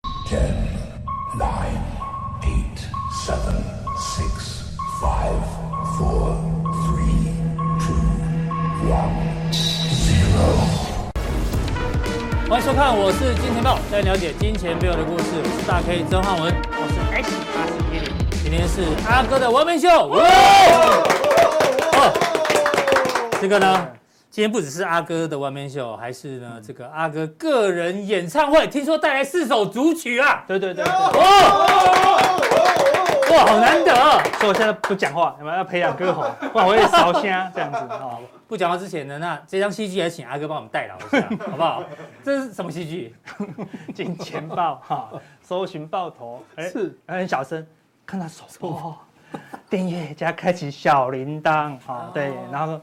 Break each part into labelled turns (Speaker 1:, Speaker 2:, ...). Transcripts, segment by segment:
Speaker 1: 10, 9, 8, 7, 6, 5, 4, 3, 2, 1, 0.
Speaker 2: 欢迎收看，我是金钱豹，带你了解金钱背后的故事。我是大 K 曾汉文，我是 H 八十一今天是阿哥的完美秀。哇哦，这个呢，今天不只是阿哥的完美秀，还是呢这个阿哥个人演唱会，听说带来四首主曲啊。
Speaker 3: 对对对，
Speaker 2: 哦，哇，好难得。啊
Speaker 3: 所以我现在不讲话，有没有要培养歌喉，不然我会烧香这样子啊。
Speaker 2: 不讲到之前呢，那这张戏剧也请阿哥帮我们代劳一下，好不好？这是什么戏剧？
Speaker 3: 金钱豹哈，搜寻爆头，哎，
Speaker 2: 是
Speaker 3: 很小声，看他手哦，订阅加开启小铃铛
Speaker 2: 哦
Speaker 3: 哈，对，然后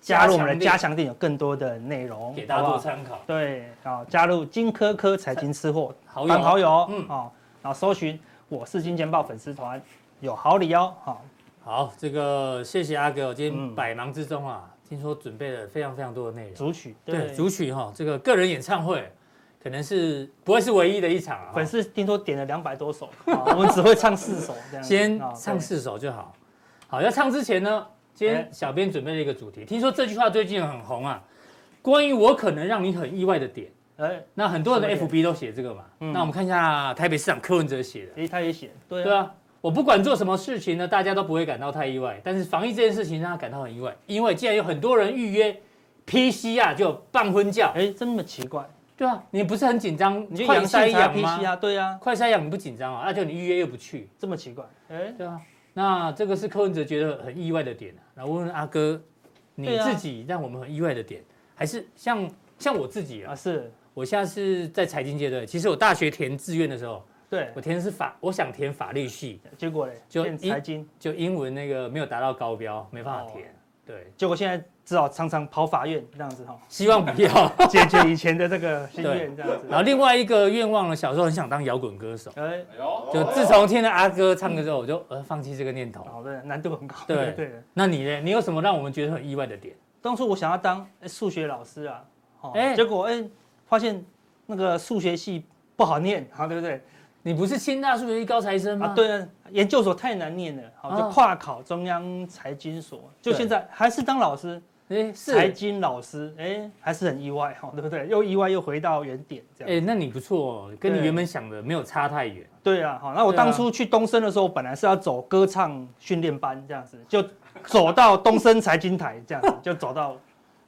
Speaker 3: 加入我们的加强店，有更多的内容
Speaker 2: 给大家
Speaker 3: 好不
Speaker 2: 做
Speaker 3: 好
Speaker 2: 参考。
Speaker 3: 对，啊，加入金科科财经吃货
Speaker 2: 好友
Speaker 3: 当好友，
Speaker 2: 嗯
Speaker 3: 嗯，哦，然后搜寻我是金钱豹粉丝团，有好礼哦，哈，
Speaker 2: 好，这个谢谢阿哥，我今天
Speaker 3: 嗯
Speaker 2: 百忙之中啊，听说准备了非常非常多的内容。
Speaker 3: 主曲，
Speaker 2: 对，主曲哈，这个个人演唱会可能是不会是唯一的一场啊，
Speaker 3: 粉丝听说点了两百多首， 啊我们只会唱四首这样子。
Speaker 2: 先
Speaker 3: 啊
Speaker 2: 唱，四首就好。好，要唱之前呢，今天
Speaker 3: 哎
Speaker 2: 小编准备了一个主题，听说这句话最近很红啊，关于我可能让你很意外的点。
Speaker 3: 对哎，
Speaker 2: 那很多人的
Speaker 3: 什么
Speaker 2: FB 都写这个嘛，
Speaker 3: 嗯
Speaker 2: 那我们看一下台北市长柯文哲写的，
Speaker 3: 诶，他也写，对
Speaker 2: 对
Speaker 3: 啊，
Speaker 2: 啊，我不管做什么事情呢，大家都不会感到太意外。但是防疫这件事情让他感到很意外，因为既然有很多人预约 PCR 就有办婚假，
Speaker 3: 哎，这么奇怪，
Speaker 2: 对啊，你不是很紧张？
Speaker 3: 你就
Speaker 2: 快
Speaker 3: 阳
Speaker 2: 筛
Speaker 3: 性查
Speaker 2: 阳吗？
Speaker 3: PCR，对啊，
Speaker 2: 快筛阳你不紧张啊？那就你预约又不去，
Speaker 3: 这么奇怪，哎，
Speaker 2: 对啊。那这个是柯文哲觉得很意外的点、啊。然后问问阿哥，你
Speaker 3: 对啊
Speaker 2: 自己让我们很意外的点，还是像像我自己啊
Speaker 3: 啊？是，
Speaker 2: 我现在是在财经界对，其实我大学填志愿的时候，
Speaker 3: 对
Speaker 2: 我，填的是法，我想填法律系，
Speaker 3: 结果嘞，
Speaker 2: 就
Speaker 3: 变
Speaker 2: 一
Speaker 3: 财经，
Speaker 2: 就英文那个没有达到高标，没办法填。
Speaker 3: 哦
Speaker 2: 对，
Speaker 3: 结果现在只好常常跑法院这样子哈，
Speaker 2: 希望不要。
Speaker 3: 解决以前的这个心愿这样
Speaker 2: 然后
Speaker 3: 子。
Speaker 2: 另外一个愿望呢，小时候很想当摇滚歌手，
Speaker 3: 哎，
Speaker 2: 就自从听了阿哥唱歌之后，我就呃放弃这个念头。
Speaker 3: 好的，难度很高。
Speaker 2: 对
Speaker 3: 对，
Speaker 2: 那你呢？你有什么让我们觉得很意外的点？
Speaker 3: 当初我想要当哎数学老师啊，哦
Speaker 2: 哎，
Speaker 3: 结果哎发现那个数学系不好念，好对不对？
Speaker 2: 你不是清大数学系高材生吗？
Speaker 3: 啊，，对啊，研究所太难念了，好
Speaker 2: 啊
Speaker 3: 就跨考中央财经所，就
Speaker 2: 对
Speaker 3: 现在还是当老师，
Speaker 2: 哎
Speaker 3: 财
Speaker 2: 是，
Speaker 3: 经老师，哎，还是很意外哈，对不对？又意外又回到原点这样。
Speaker 2: 哎，那你不错哦，跟你
Speaker 3: 对
Speaker 2: 原本想的没有差太远。
Speaker 3: 对啊，好，那我
Speaker 2: 对啊
Speaker 3: 当初去东升的时候，本来是要走歌唱训练班这样子，就走到东升财经台这样 子，就走到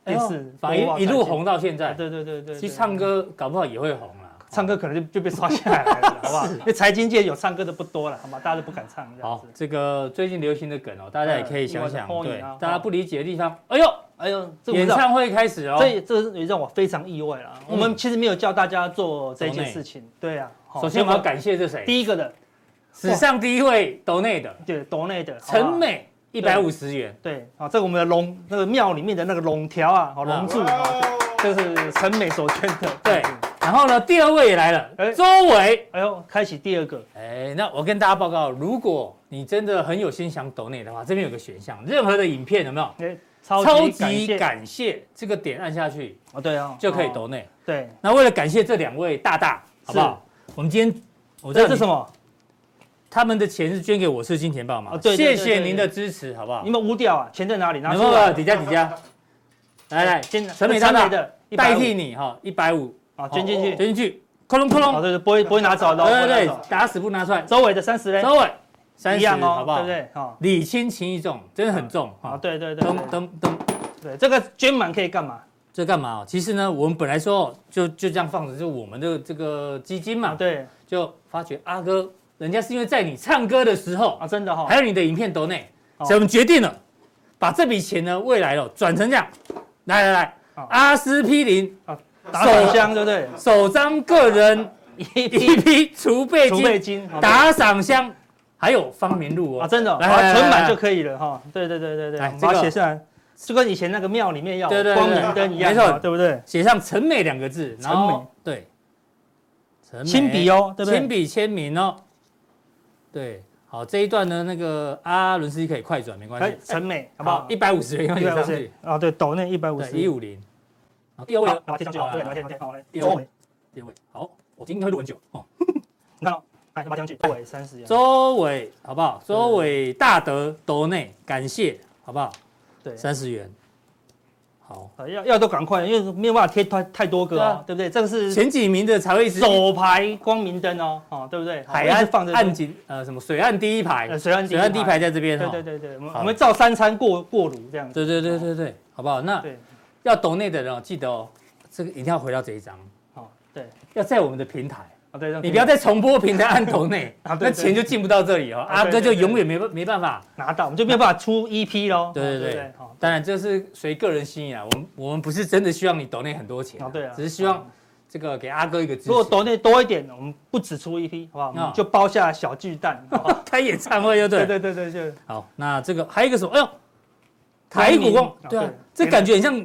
Speaker 3: 电
Speaker 2: 哎
Speaker 3: 视
Speaker 2: 呦，反
Speaker 3: 播报
Speaker 2: 一一路
Speaker 3: 财经。
Speaker 2: 红到现在
Speaker 3: 啊，对对对对，
Speaker 2: 其
Speaker 3: 对
Speaker 2: 实唱歌搞不好也会红啦。
Speaker 3: 唱歌可能就就被刷下来了，好不 好？因为财经界有唱歌的不多了，好吧，大家都不敢唱这样
Speaker 2: 好
Speaker 3: 子，。
Speaker 2: 这个最近流行的梗哦，大家也可以想想，
Speaker 3: 嗯意外的
Speaker 2: 对
Speaker 3: pony 啊，
Speaker 2: 大家不理解的地方，哎呦，
Speaker 3: 哎呦，这我不
Speaker 2: 演
Speaker 3: 知道
Speaker 2: 唱会开始哦。
Speaker 3: 这也这也让我非常意外
Speaker 2: 嗯
Speaker 3: 啦。我们其实没有叫大家做这件事情，对啊。好
Speaker 2: 首先我们要
Speaker 3: 结果
Speaker 2: 感谢这谁？
Speaker 3: 第一个的，
Speaker 2: 史上第一位抖内的
Speaker 3: 对，岛内的好不好
Speaker 2: 陈美一百五十元，
Speaker 3: 对，好，这个我们的龙那个庙里面的那个龙条啊，好龙柱啊，这是陈美所捐的。
Speaker 2: 对。然后呢，第二位也来了，
Speaker 3: 哎
Speaker 2: 周伟。
Speaker 3: 哎呦，开启第二个，
Speaker 2: 哎，那我跟大家报告，如果你真的很有心想抖内的话，这边有个选项，任何的影片有没有？
Speaker 3: 哎，超级感谢
Speaker 2: 感谢这个点按下去
Speaker 3: 哦，对啊，
Speaker 2: 就可以
Speaker 3: 哦
Speaker 2: 抖内。
Speaker 3: 对，
Speaker 2: 那为了感谢这两位大大，好不好？我们今天我知道
Speaker 3: 这
Speaker 2: 你
Speaker 3: 是什么？
Speaker 2: 他们的钱是捐给我是金钱豹嘛
Speaker 3: 哦？对对
Speaker 2: 谢
Speaker 3: 对
Speaker 2: 谢
Speaker 3: 对
Speaker 2: 您的支持，好不好
Speaker 3: 你？们无掉啊？钱在哪里？拿
Speaker 2: 然
Speaker 3: 出
Speaker 2: 后
Speaker 3: 来。
Speaker 2: 底下底下，来来，
Speaker 3: 先
Speaker 2: 陈美
Speaker 3: 这
Speaker 2: 大
Speaker 3: 是
Speaker 2: 大
Speaker 3: 的
Speaker 2: 代
Speaker 3: 150
Speaker 2: 替你哈，一百五
Speaker 3: 啊，捐进去。
Speaker 2: 捐进去，哐隆哐
Speaker 3: 好，
Speaker 2: 隆，
Speaker 3: 对对，不会不会拿走的哦。
Speaker 2: 对对
Speaker 3: 不会拿
Speaker 2: 对，
Speaker 3: 走
Speaker 2: 打死不拿出来，
Speaker 3: 周围的三十嘞，
Speaker 2: 收尾三
Speaker 3: 一
Speaker 2: 十，
Speaker 3: 样哦，
Speaker 2: 好不好？
Speaker 3: 对不对？好。
Speaker 2: 礼轻情意重，真的很重
Speaker 3: 啊，
Speaker 2: 哈。
Speaker 3: 对对对，
Speaker 2: 噔
Speaker 3: 对
Speaker 2: 噔噔，
Speaker 3: 对，这个捐满可以干嘛？
Speaker 2: 这干嘛哦？其实呢，我们本来说哦就就这样放着，就我们的这个基金
Speaker 3: 啊，
Speaker 2: 嘛，
Speaker 3: 对
Speaker 2: 就发觉阿哥，人家是因为在你唱歌的时候，
Speaker 3: 啊，真的哈、
Speaker 2: 还有你的影片抖内，
Speaker 3: 哦
Speaker 2: 所以我们决定了，把这笔钱呢，未来哦转成这样，来来来
Speaker 3: 好，
Speaker 2: 阿司匹林
Speaker 3: 打手枪对不对？
Speaker 2: 首张个人 EP 储备
Speaker 3: 储备
Speaker 2: 金、
Speaker 3: 金好
Speaker 2: 打赏箱，还有方明路
Speaker 3: 啊，
Speaker 2: 哦，
Speaker 3: 真的、哦，
Speaker 2: 来来来
Speaker 3: 啊，
Speaker 2: 来
Speaker 3: 存满就可以了哈、对对对对对，
Speaker 2: 来
Speaker 3: 我们
Speaker 2: 这
Speaker 3: 把
Speaker 2: 个
Speaker 3: 它写下来，就跟以前那个庙里面要
Speaker 2: 对对对
Speaker 3: 光明灯一样，
Speaker 2: 没错
Speaker 3: 好对不对？
Speaker 2: 写上陈美两个字，然
Speaker 3: 陈
Speaker 2: 后
Speaker 3: 美
Speaker 2: 对，陈美
Speaker 3: 亲笔哦，对不
Speaker 2: 亲
Speaker 3: 对？
Speaker 2: 笔签名哦，对，好这一段呢，那个阿伦斯基可以快转，没关
Speaker 3: 哎
Speaker 2: 系，，
Speaker 3: 陈美，好
Speaker 2: 好不
Speaker 3: 不
Speaker 2: 好
Speaker 3: 好？？
Speaker 2: 一百五十元要写上
Speaker 3: 150
Speaker 2: 去，
Speaker 3: 啊，对，抖内一百五
Speaker 2: 对，
Speaker 3: 十，
Speaker 2: 一五零，好第二位
Speaker 3: 好
Speaker 2: 了，
Speaker 3: 好，贴上去，
Speaker 2: 好
Speaker 3: 好，对，聊天聊天，好，来，
Speaker 2: 第
Speaker 3: 第
Speaker 2: 二
Speaker 3: 二
Speaker 2: 位
Speaker 3: 位，
Speaker 2: 第二位，好，我今天会录很久哦。
Speaker 3: 你看哎到，来八将去，周伟三十元，
Speaker 2: 周伟好不好？周伟大德斗内感谢好不好？
Speaker 3: 对，
Speaker 2: 三十元，好，
Speaker 3: 呃要要都赶快，因为没有办法贴太太多个
Speaker 2: 对啊
Speaker 3: 哦，对不对？这个是
Speaker 2: 前几名的才会一直
Speaker 3: 首排光明灯哦，哦，对不对？
Speaker 2: 海
Speaker 3: 我一直
Speaker 2: 岸
Speaker 3: 放着
Speaker 2: 岸景呃什么水岸第一排
Speaker 3: 呃，水岸第一
Speaker 2: 水岸第一
Speaker 3: 排
Speaker 2: 排在这边
Speaker 3: 对
Speaker 2: 哈，
Speaker 3: 对对对，我们
Speaker 2: 好
Speaker 3: 我们照三餐过过炉这样子，
Speaker 2: 对对对对对，好不好？那
Speaker 3: 对，
Speaker 2: 要抖内的人哦，记得哦，这个一定要回到这一张，
Speaker 3: 好对，
Speaker 2: 要在我们的平台，
Speaker 3: 啊对，
Speaker 2: 你不要
Speaker 3: 再
Speaker 2: 在重播平台按抖内，
Speaker 3: 啊对
Speaker 2: 那
Speaker 3: 对
Speaker 2: 钱就进不到这里哦，
Speaker 3: 啊
Speaker 2: 阿
Speaker 3: 对
Speaker 2: 哥就
Speaker 3: 对对
Speaker 2: 永远没办没办法。
Speaker 3: 拿到，我们就没有办法出 EP 喽，
Speaker 2: 对
Speaker 3: 哦
Speaker 2: 对对
Speaker 3: 不好，
Speaker 2: 当然这是随个人心意啊，我们我们不是真的希望你抖内很多钱
Speaker 3: 啊对啊
Speaker 2: 只是希望这个给阿哥一个支持。
Speaker 3: 如果抖内多一点，我们不只出 EP，好不好？我
Speaker 2: 啊
Speaker 3: 们就包下小巨蛋，好不好
Speaker 2: 开演唱会就 对
Speaker 3: 对
Speaker 2: 了。
Speaker 3: 对对对，就
Speaker 2: 好，那这个还有一个什么？哎呦，台股光
Speaker 3: 光明
Speaker 2: 对啊
Speaker 3: 对，
Speaker 2: 这感觉很像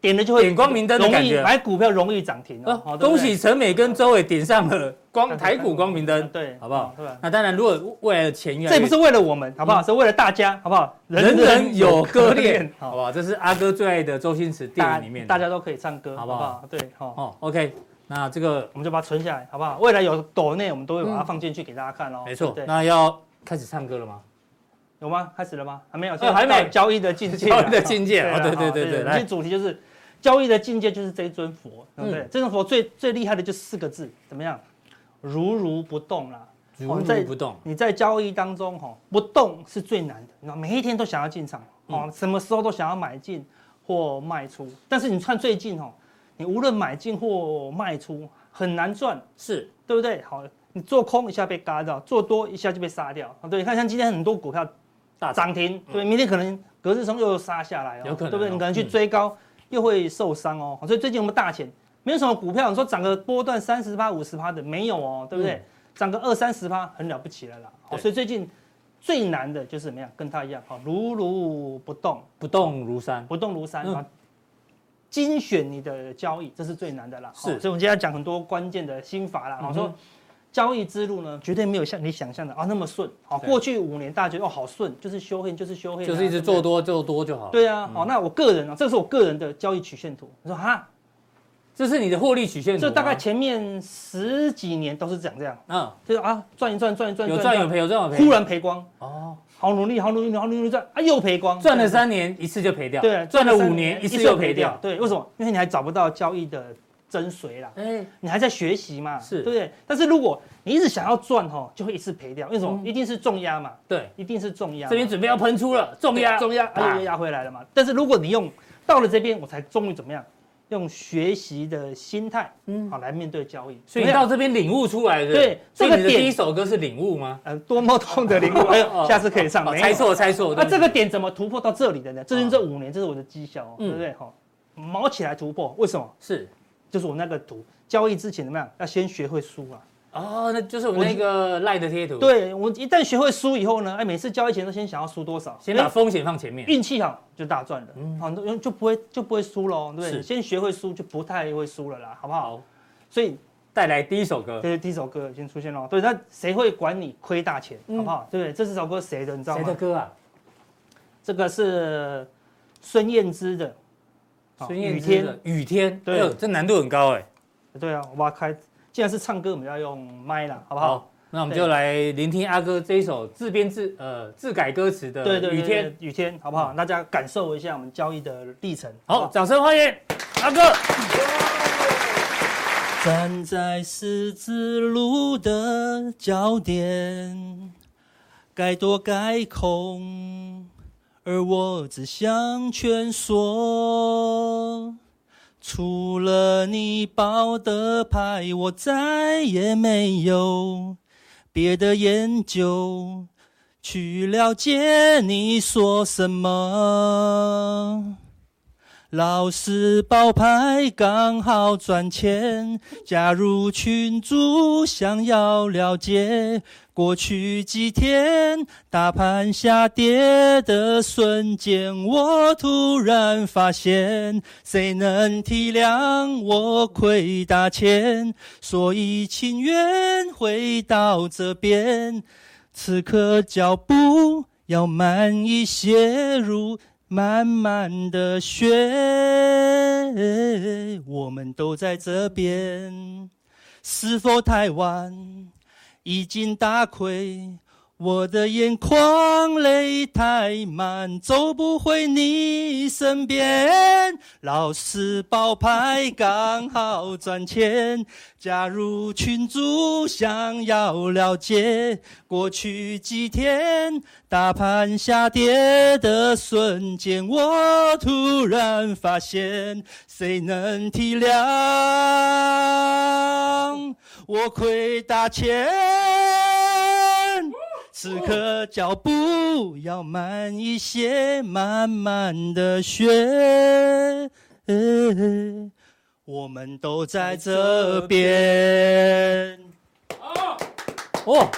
Speaker 3: 点了就会
Speaker 2: 点光明灯的
Speaker 3: 容
Speaker 2: 感
Speaker 3: 易
Speaker 2: 觉
Speaker 3: 买股票容易涨停哦
Speaker 2: 啊，
Speaker 3: 好对不
Speaker 2: 恭
Speaker 3: 对
Speaker 2: 喜陈美跟周伟点上 了光
Speaker 3: 对啊
Speaker 2: 台股光明 灯。
Speaker 3: 对，
Speaker 2: 好不好
Speaker 3: 对吧？
Speaker 2: 那当然，如果未来的钱越来
Speaker 3: 这
Speaker 2: 越嗯
Speaker 3: 也不是为了我们，好不好？是为了大家，好不好？
Speaker 2: 人人有割裂，好
Speaker 3: 好，
Speaker 2: 不好？这是阿哥最爱的周星驰电
Speaker 3: 大
Speaker 2: 影里面的
Speaker 3: 大家都可以唱歌，
Speaker 2: 好
Speaker 3: 好
Speaker 2: 不
Speaker 3: 不
Speaker 2: 好
Speaker 3: 好？对，好，
Speaker 2: 哦，OK，那这个
Speaker 3: 我们就把它存下来，好不好？未来有抖内，我们都会把它放进去给大家看哦。
Speaker 2: 嗯没错
Speaker 3: 对，，
Speaker 2: 那要开始唱歌了吗？
Speaker 3: 有吗？开始了吗？还没有，
Speaker 2: 呃还没
Speaker 3: 现在到交易的境界 了，
Speaker 2: 交易的境界
Speaker 3: 好
Speaker 2: 哦对对
Speaker 3: 好
Speaker 2: 对对
Speaker 3: 我
Speaker 2: 来
Speaker 3: 们今天主题就是交易的境界，就是这一尊佛，对不对
Speaker 2: 嗯？
Speaker 3: 这尊佛最最厉害的就四个字，怎么样？如如不动啦。
Speaker 2: 如
Speaker 3: 我们
Speaker 2: 如
Speaker 3: 在
Speaker 2: 不动，
Speaker 3: 你在交易当中，哈，不动是最难的，你
Speaker 2: 嗯
Speaker 3: 知道，每一天都想要进场，哦，什么时候都想要买进或卖出。但是你看最近，哦，你无论买进或卖出，很难赚，
Speaker 2: 是
Speaker 3: 对不对？好，你做空一下被嘎掉，做多一下就被杀掉。啊，对，你看像今天很多股票
Speaker 2: 大涨
Speaker 3: 涨停，对，明天可能隔日冲又杀下来哦，
Speaker 2: 嗯有可能哦
Speaker 3: 对不对？你可能去
Speaker 2: 嗯
Speaker 3: 追高又会受伤哦。所以最近我们大钱没有什么股票，你说涨个波段三十趴、五十趴的没有哦，对不对
Speaker 2: 嗯？
Speaker 3: 涨个二三十趴很了不起了啦。好，
Speaker 2: 对
Speaker 3: 所以最近最难的就是怎么样，跟他一样，好，如如不动，
Speaker 2: 不动如山，
Speaker 3: 不动如山
Speaker 2: 嗯
Speaker 3: 啊。精选你的交易，这是最难的啦。哦
Speaker 2: 是
Speaker 3: 好所以我们今天要讲很多关键的心法啦。
Speaker 2: 嗯哼
Speaker 3: 我说交易之路呢，绝对没有像你想象的啊那么顺。好，
Speaker 2: 对
Speaker 3: 过去五年大家觉得哦好顺，就是修黑，就是修黑，啊
Speaker 2: 就是一直做。多嗯做多就好了。
Speaker 3: 对不对对啊，好，那我个人啊，这是我个人的交易曲线图。你说哈，
Speaker 2: 这是你的获利曲线图吗，啊
Speaker 3: 这大概前面十几年都是讲这样，
Speaker 2: 嗯，
Speaker 3: 就是啊赚一赚赚一赚，
Speaker 2: 有赚有赔，有赚有赔。
Speaker 3: 忽然赔光，
Speaker 2: 哦，
Speaker 3: 好努力好努力好努力赚啊又赔光，
Speaker 2: 赚了三年一次就赔掉，
Speaker 3: 对，
Speaker 2: 赚了
Speaker 3: 三
Speaker 2: 五年一次又赔掉。
Speaker 3: 对，为什么？因为你还找不到交易的真髓啦，
Speaker 2: 哎，
Speaker 3: 你还在学习嘛，
Speaker 2: 是
Speaker 3: 对不对？但是如果你一直想要赚吼，就会一次赔掉，为什么？
Speaker 2: 嗯
Speaker 3: 一定是重压嘛，
Speaker 2: 对，
Speaker 3: 一定是重压嘛。
Speaker 2: 这边准备要喷出了，重压，
Speaker 3: 重压，
Speaker 2: 啊
Speaker 3: 哎，又压回来了嘛。但是如果你用到了这边，我才终于怎么样？用学习的心态，
Speaker 2: 嗯
Speaker 3: 好来面对交易。
Speaker 2: 所以你到这边领悟出来的，
Speaker 3: 对
Speaker 2: 所以
Speaker 3: 这个
Speaker 2: 你的
Speaker 3: 点
Speaker 2: 第一首歌是领悟吗？
Speaker 3: 呃多么痛的领悟，哎
Speaker 2: 哦
Speaker 3: 呦， 下次可以上。
Speaker 2: 哦
Speaker 3: 没有
Speaker 2: 猜错猜错，
Speaker 3: 那、
Speaker 2: 对不起
Speaker 3: 这
Speaker 2: 哦
Speaker 3: 个点怎么突破到这里的呢？最近这五年，这是我的绩效、哦，
Speaker 2: 嗯
Speaker 3: 对不对？哈，毛起来突破，为什么？
Speaker 2: 是
Speaker 3: 就是我那个图，交易之前怎么样？要先学会输啊。
Speaker 2: 哦，那就是我们那个赖的贴图，，
Speaker 3: 对我一旦学会输以后呢，哎，每次交易前都先想要输多少，
Speaker 2: 先把
Speaker 3: 哎
Speaker 2: 风险放前面，嗯
Speaker 3: 运气好就大赚了，好、就就不会就不会输喽，对不对？
Speaker 2: 是
Speaker 3: 你先学会输就不太会输了啦，好不好？
Speaker 2: 好，
Speaker 3: 所以
Speaker 2: 带来第一首歌
Speaker 3: 这，是第一首歌已经出现了，对，那谁会管你亏大钱，
Speaker 2: 嗯
Speaker 3: 好不好？对不对？这是首歌谁的，你知道
Speaker 2: 谁的
Speaker 3: 吗？
Speaker 2: 歌啊？
Speaker 3: 这个是孙燕姿的，好
Speaker 2: 孙燕
Speaker 3: 哦雨
Speaker 2: 姿
Speaker 3: 天
Speaker 2: 的《雨天》，
Speaker 3: 对
Speaker 2: 哎呦这难度很高哎，
Speaker 3: 对啊，我把它开。既然是唱歌，我们要用麦啦，好不好？
Speaker 2: 好，那我们就来聆听阿哥这一首自编自呃自改歌词的
Speaker 3: 对对
Speaker 2: 《雨天》，，嗯
Speaker 3: 雨天，好不好？大家感受一下我们交易的历程。不
Speaker 2: 好，掌声欢迎阿哥，
Speaker 3: 站在十字路的交点，该多该空，而我只想蜷缩。除了你报的牌，我再也没有别的研究去了解你说什么。老师报牌刚好赚钱，加入群组想要了解过去几天大盘下跌的瞬间，我突然发现，谁能体谅我亏大钱？所以情愿回到这边，此刻脚步要慢一些，如慢慢的学，我们都在这边。是否太晚？已经打溃。我的眼眶泪太满，走不回你身边。老师报牌刚好赚钱，加入群组想要了解过去几天大盘下跌的瞬间，我突然发现，谁能体谅我亏大钱？此刻脚步要慢一些，慢慢的学。我们都在这边。
Speaker 2: 哦，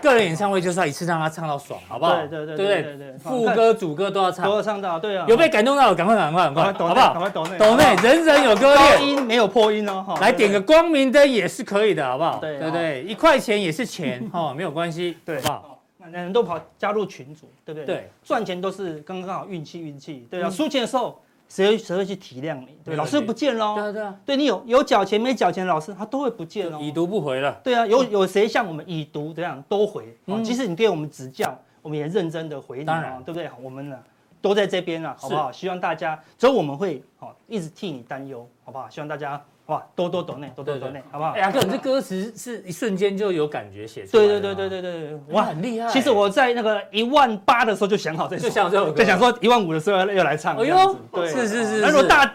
Speaker 2: 个人演唱会就是要一次让他唱到爽，好不好？
Speaker 3: 对对
Speaker 2: 对
Speaker 3: 对
Speaker 2: 不
Speaker 3: 对对对
Speaker 2: 副歌、主歌都要唱
Speaker 3: 都，有上到，对啊，
Speaker 2: 有被感动到的赶快赶快赶快，
Speaker 3: 赶快抖
Speaker 2: 好
Speaker 3: 内
Speaker 2: 不
Speaker 3: 赶
Speaker 2: 好？
Speaker 3: 快抖内
Speaker 2: 抖内人人有歌
Speaker 3: 高
Speaker 2: 恋，
Speaker 3: 音没有破音哦，哈，
Speaker 2: 来点个
Speaker 3: 对
Speaker 2: 光明灯也是可以的，好不好？
Speaker 3: 对
Speaker 2: 对不对，一块钱也是 钱哦，没有关系，
Speaker 3: 对
Speaker 2: 好不好？
Speaker 3: 对，那人都跑加入群组，对不对？
Speaker 2: 对，
Speaker 3: 赚钱都是刚刚好运气运气，对啊，
Speaker 2: 嗯
Speaker 3: 输钱的时候谁会谁会去体谅你？
Speaker 2: 对
Speaker 3: 对，老师不见
Speaker 2: 对
Speaker 3: 喽，
Speaker 2: 啊对啊，
Speaker 3: 对你有有缴钱没缴钱，老师他都会不见哦
Speaker 2: 已。读不回了。
Speaker 3: 对啊，有有谁像我们已读这样都回？哦
Speaker 2: 嗯
Speaker 3: 即使你对我们指教，我们也认真的回你
Speaker 2: 当
Speaker 3: 哦
Speaker 2: 然，
Speaker 3: 对不对？我们呢都在这边了，好不好？希望大家，只有我们会哦一直替你担忧，好不好？希望大家哇多多懂内，多
Speaker 2: 对
Speaker 3: 多
Speaker 2: 对
Speaker 3: 懂内，好不好
Speaker 2: 哎？呀，哥，你这歌词是一瞬间就有感觉写出来
Speaker 3: 对
Speaker 2: 的
Speaker 3: 对
Speaker 2: 吗
Speaker 3: 对对对对对，
Speaker 2: 哇，哎很厉害。
Speaker 3: 其实我在那个一万八的时候就想好这首，
Speaker 2: 就想这首歌，
Speaker 3: 就想说一万五的时候要要来唱。
Speaker 2: 哎
Speaker 3: 哎
Speaker 2: 呦
Speaker 3: 呦，对，
Speaker 2: 是是是
Speaker 3: 那如果
Speaker 2: 是
Speaker 3: 大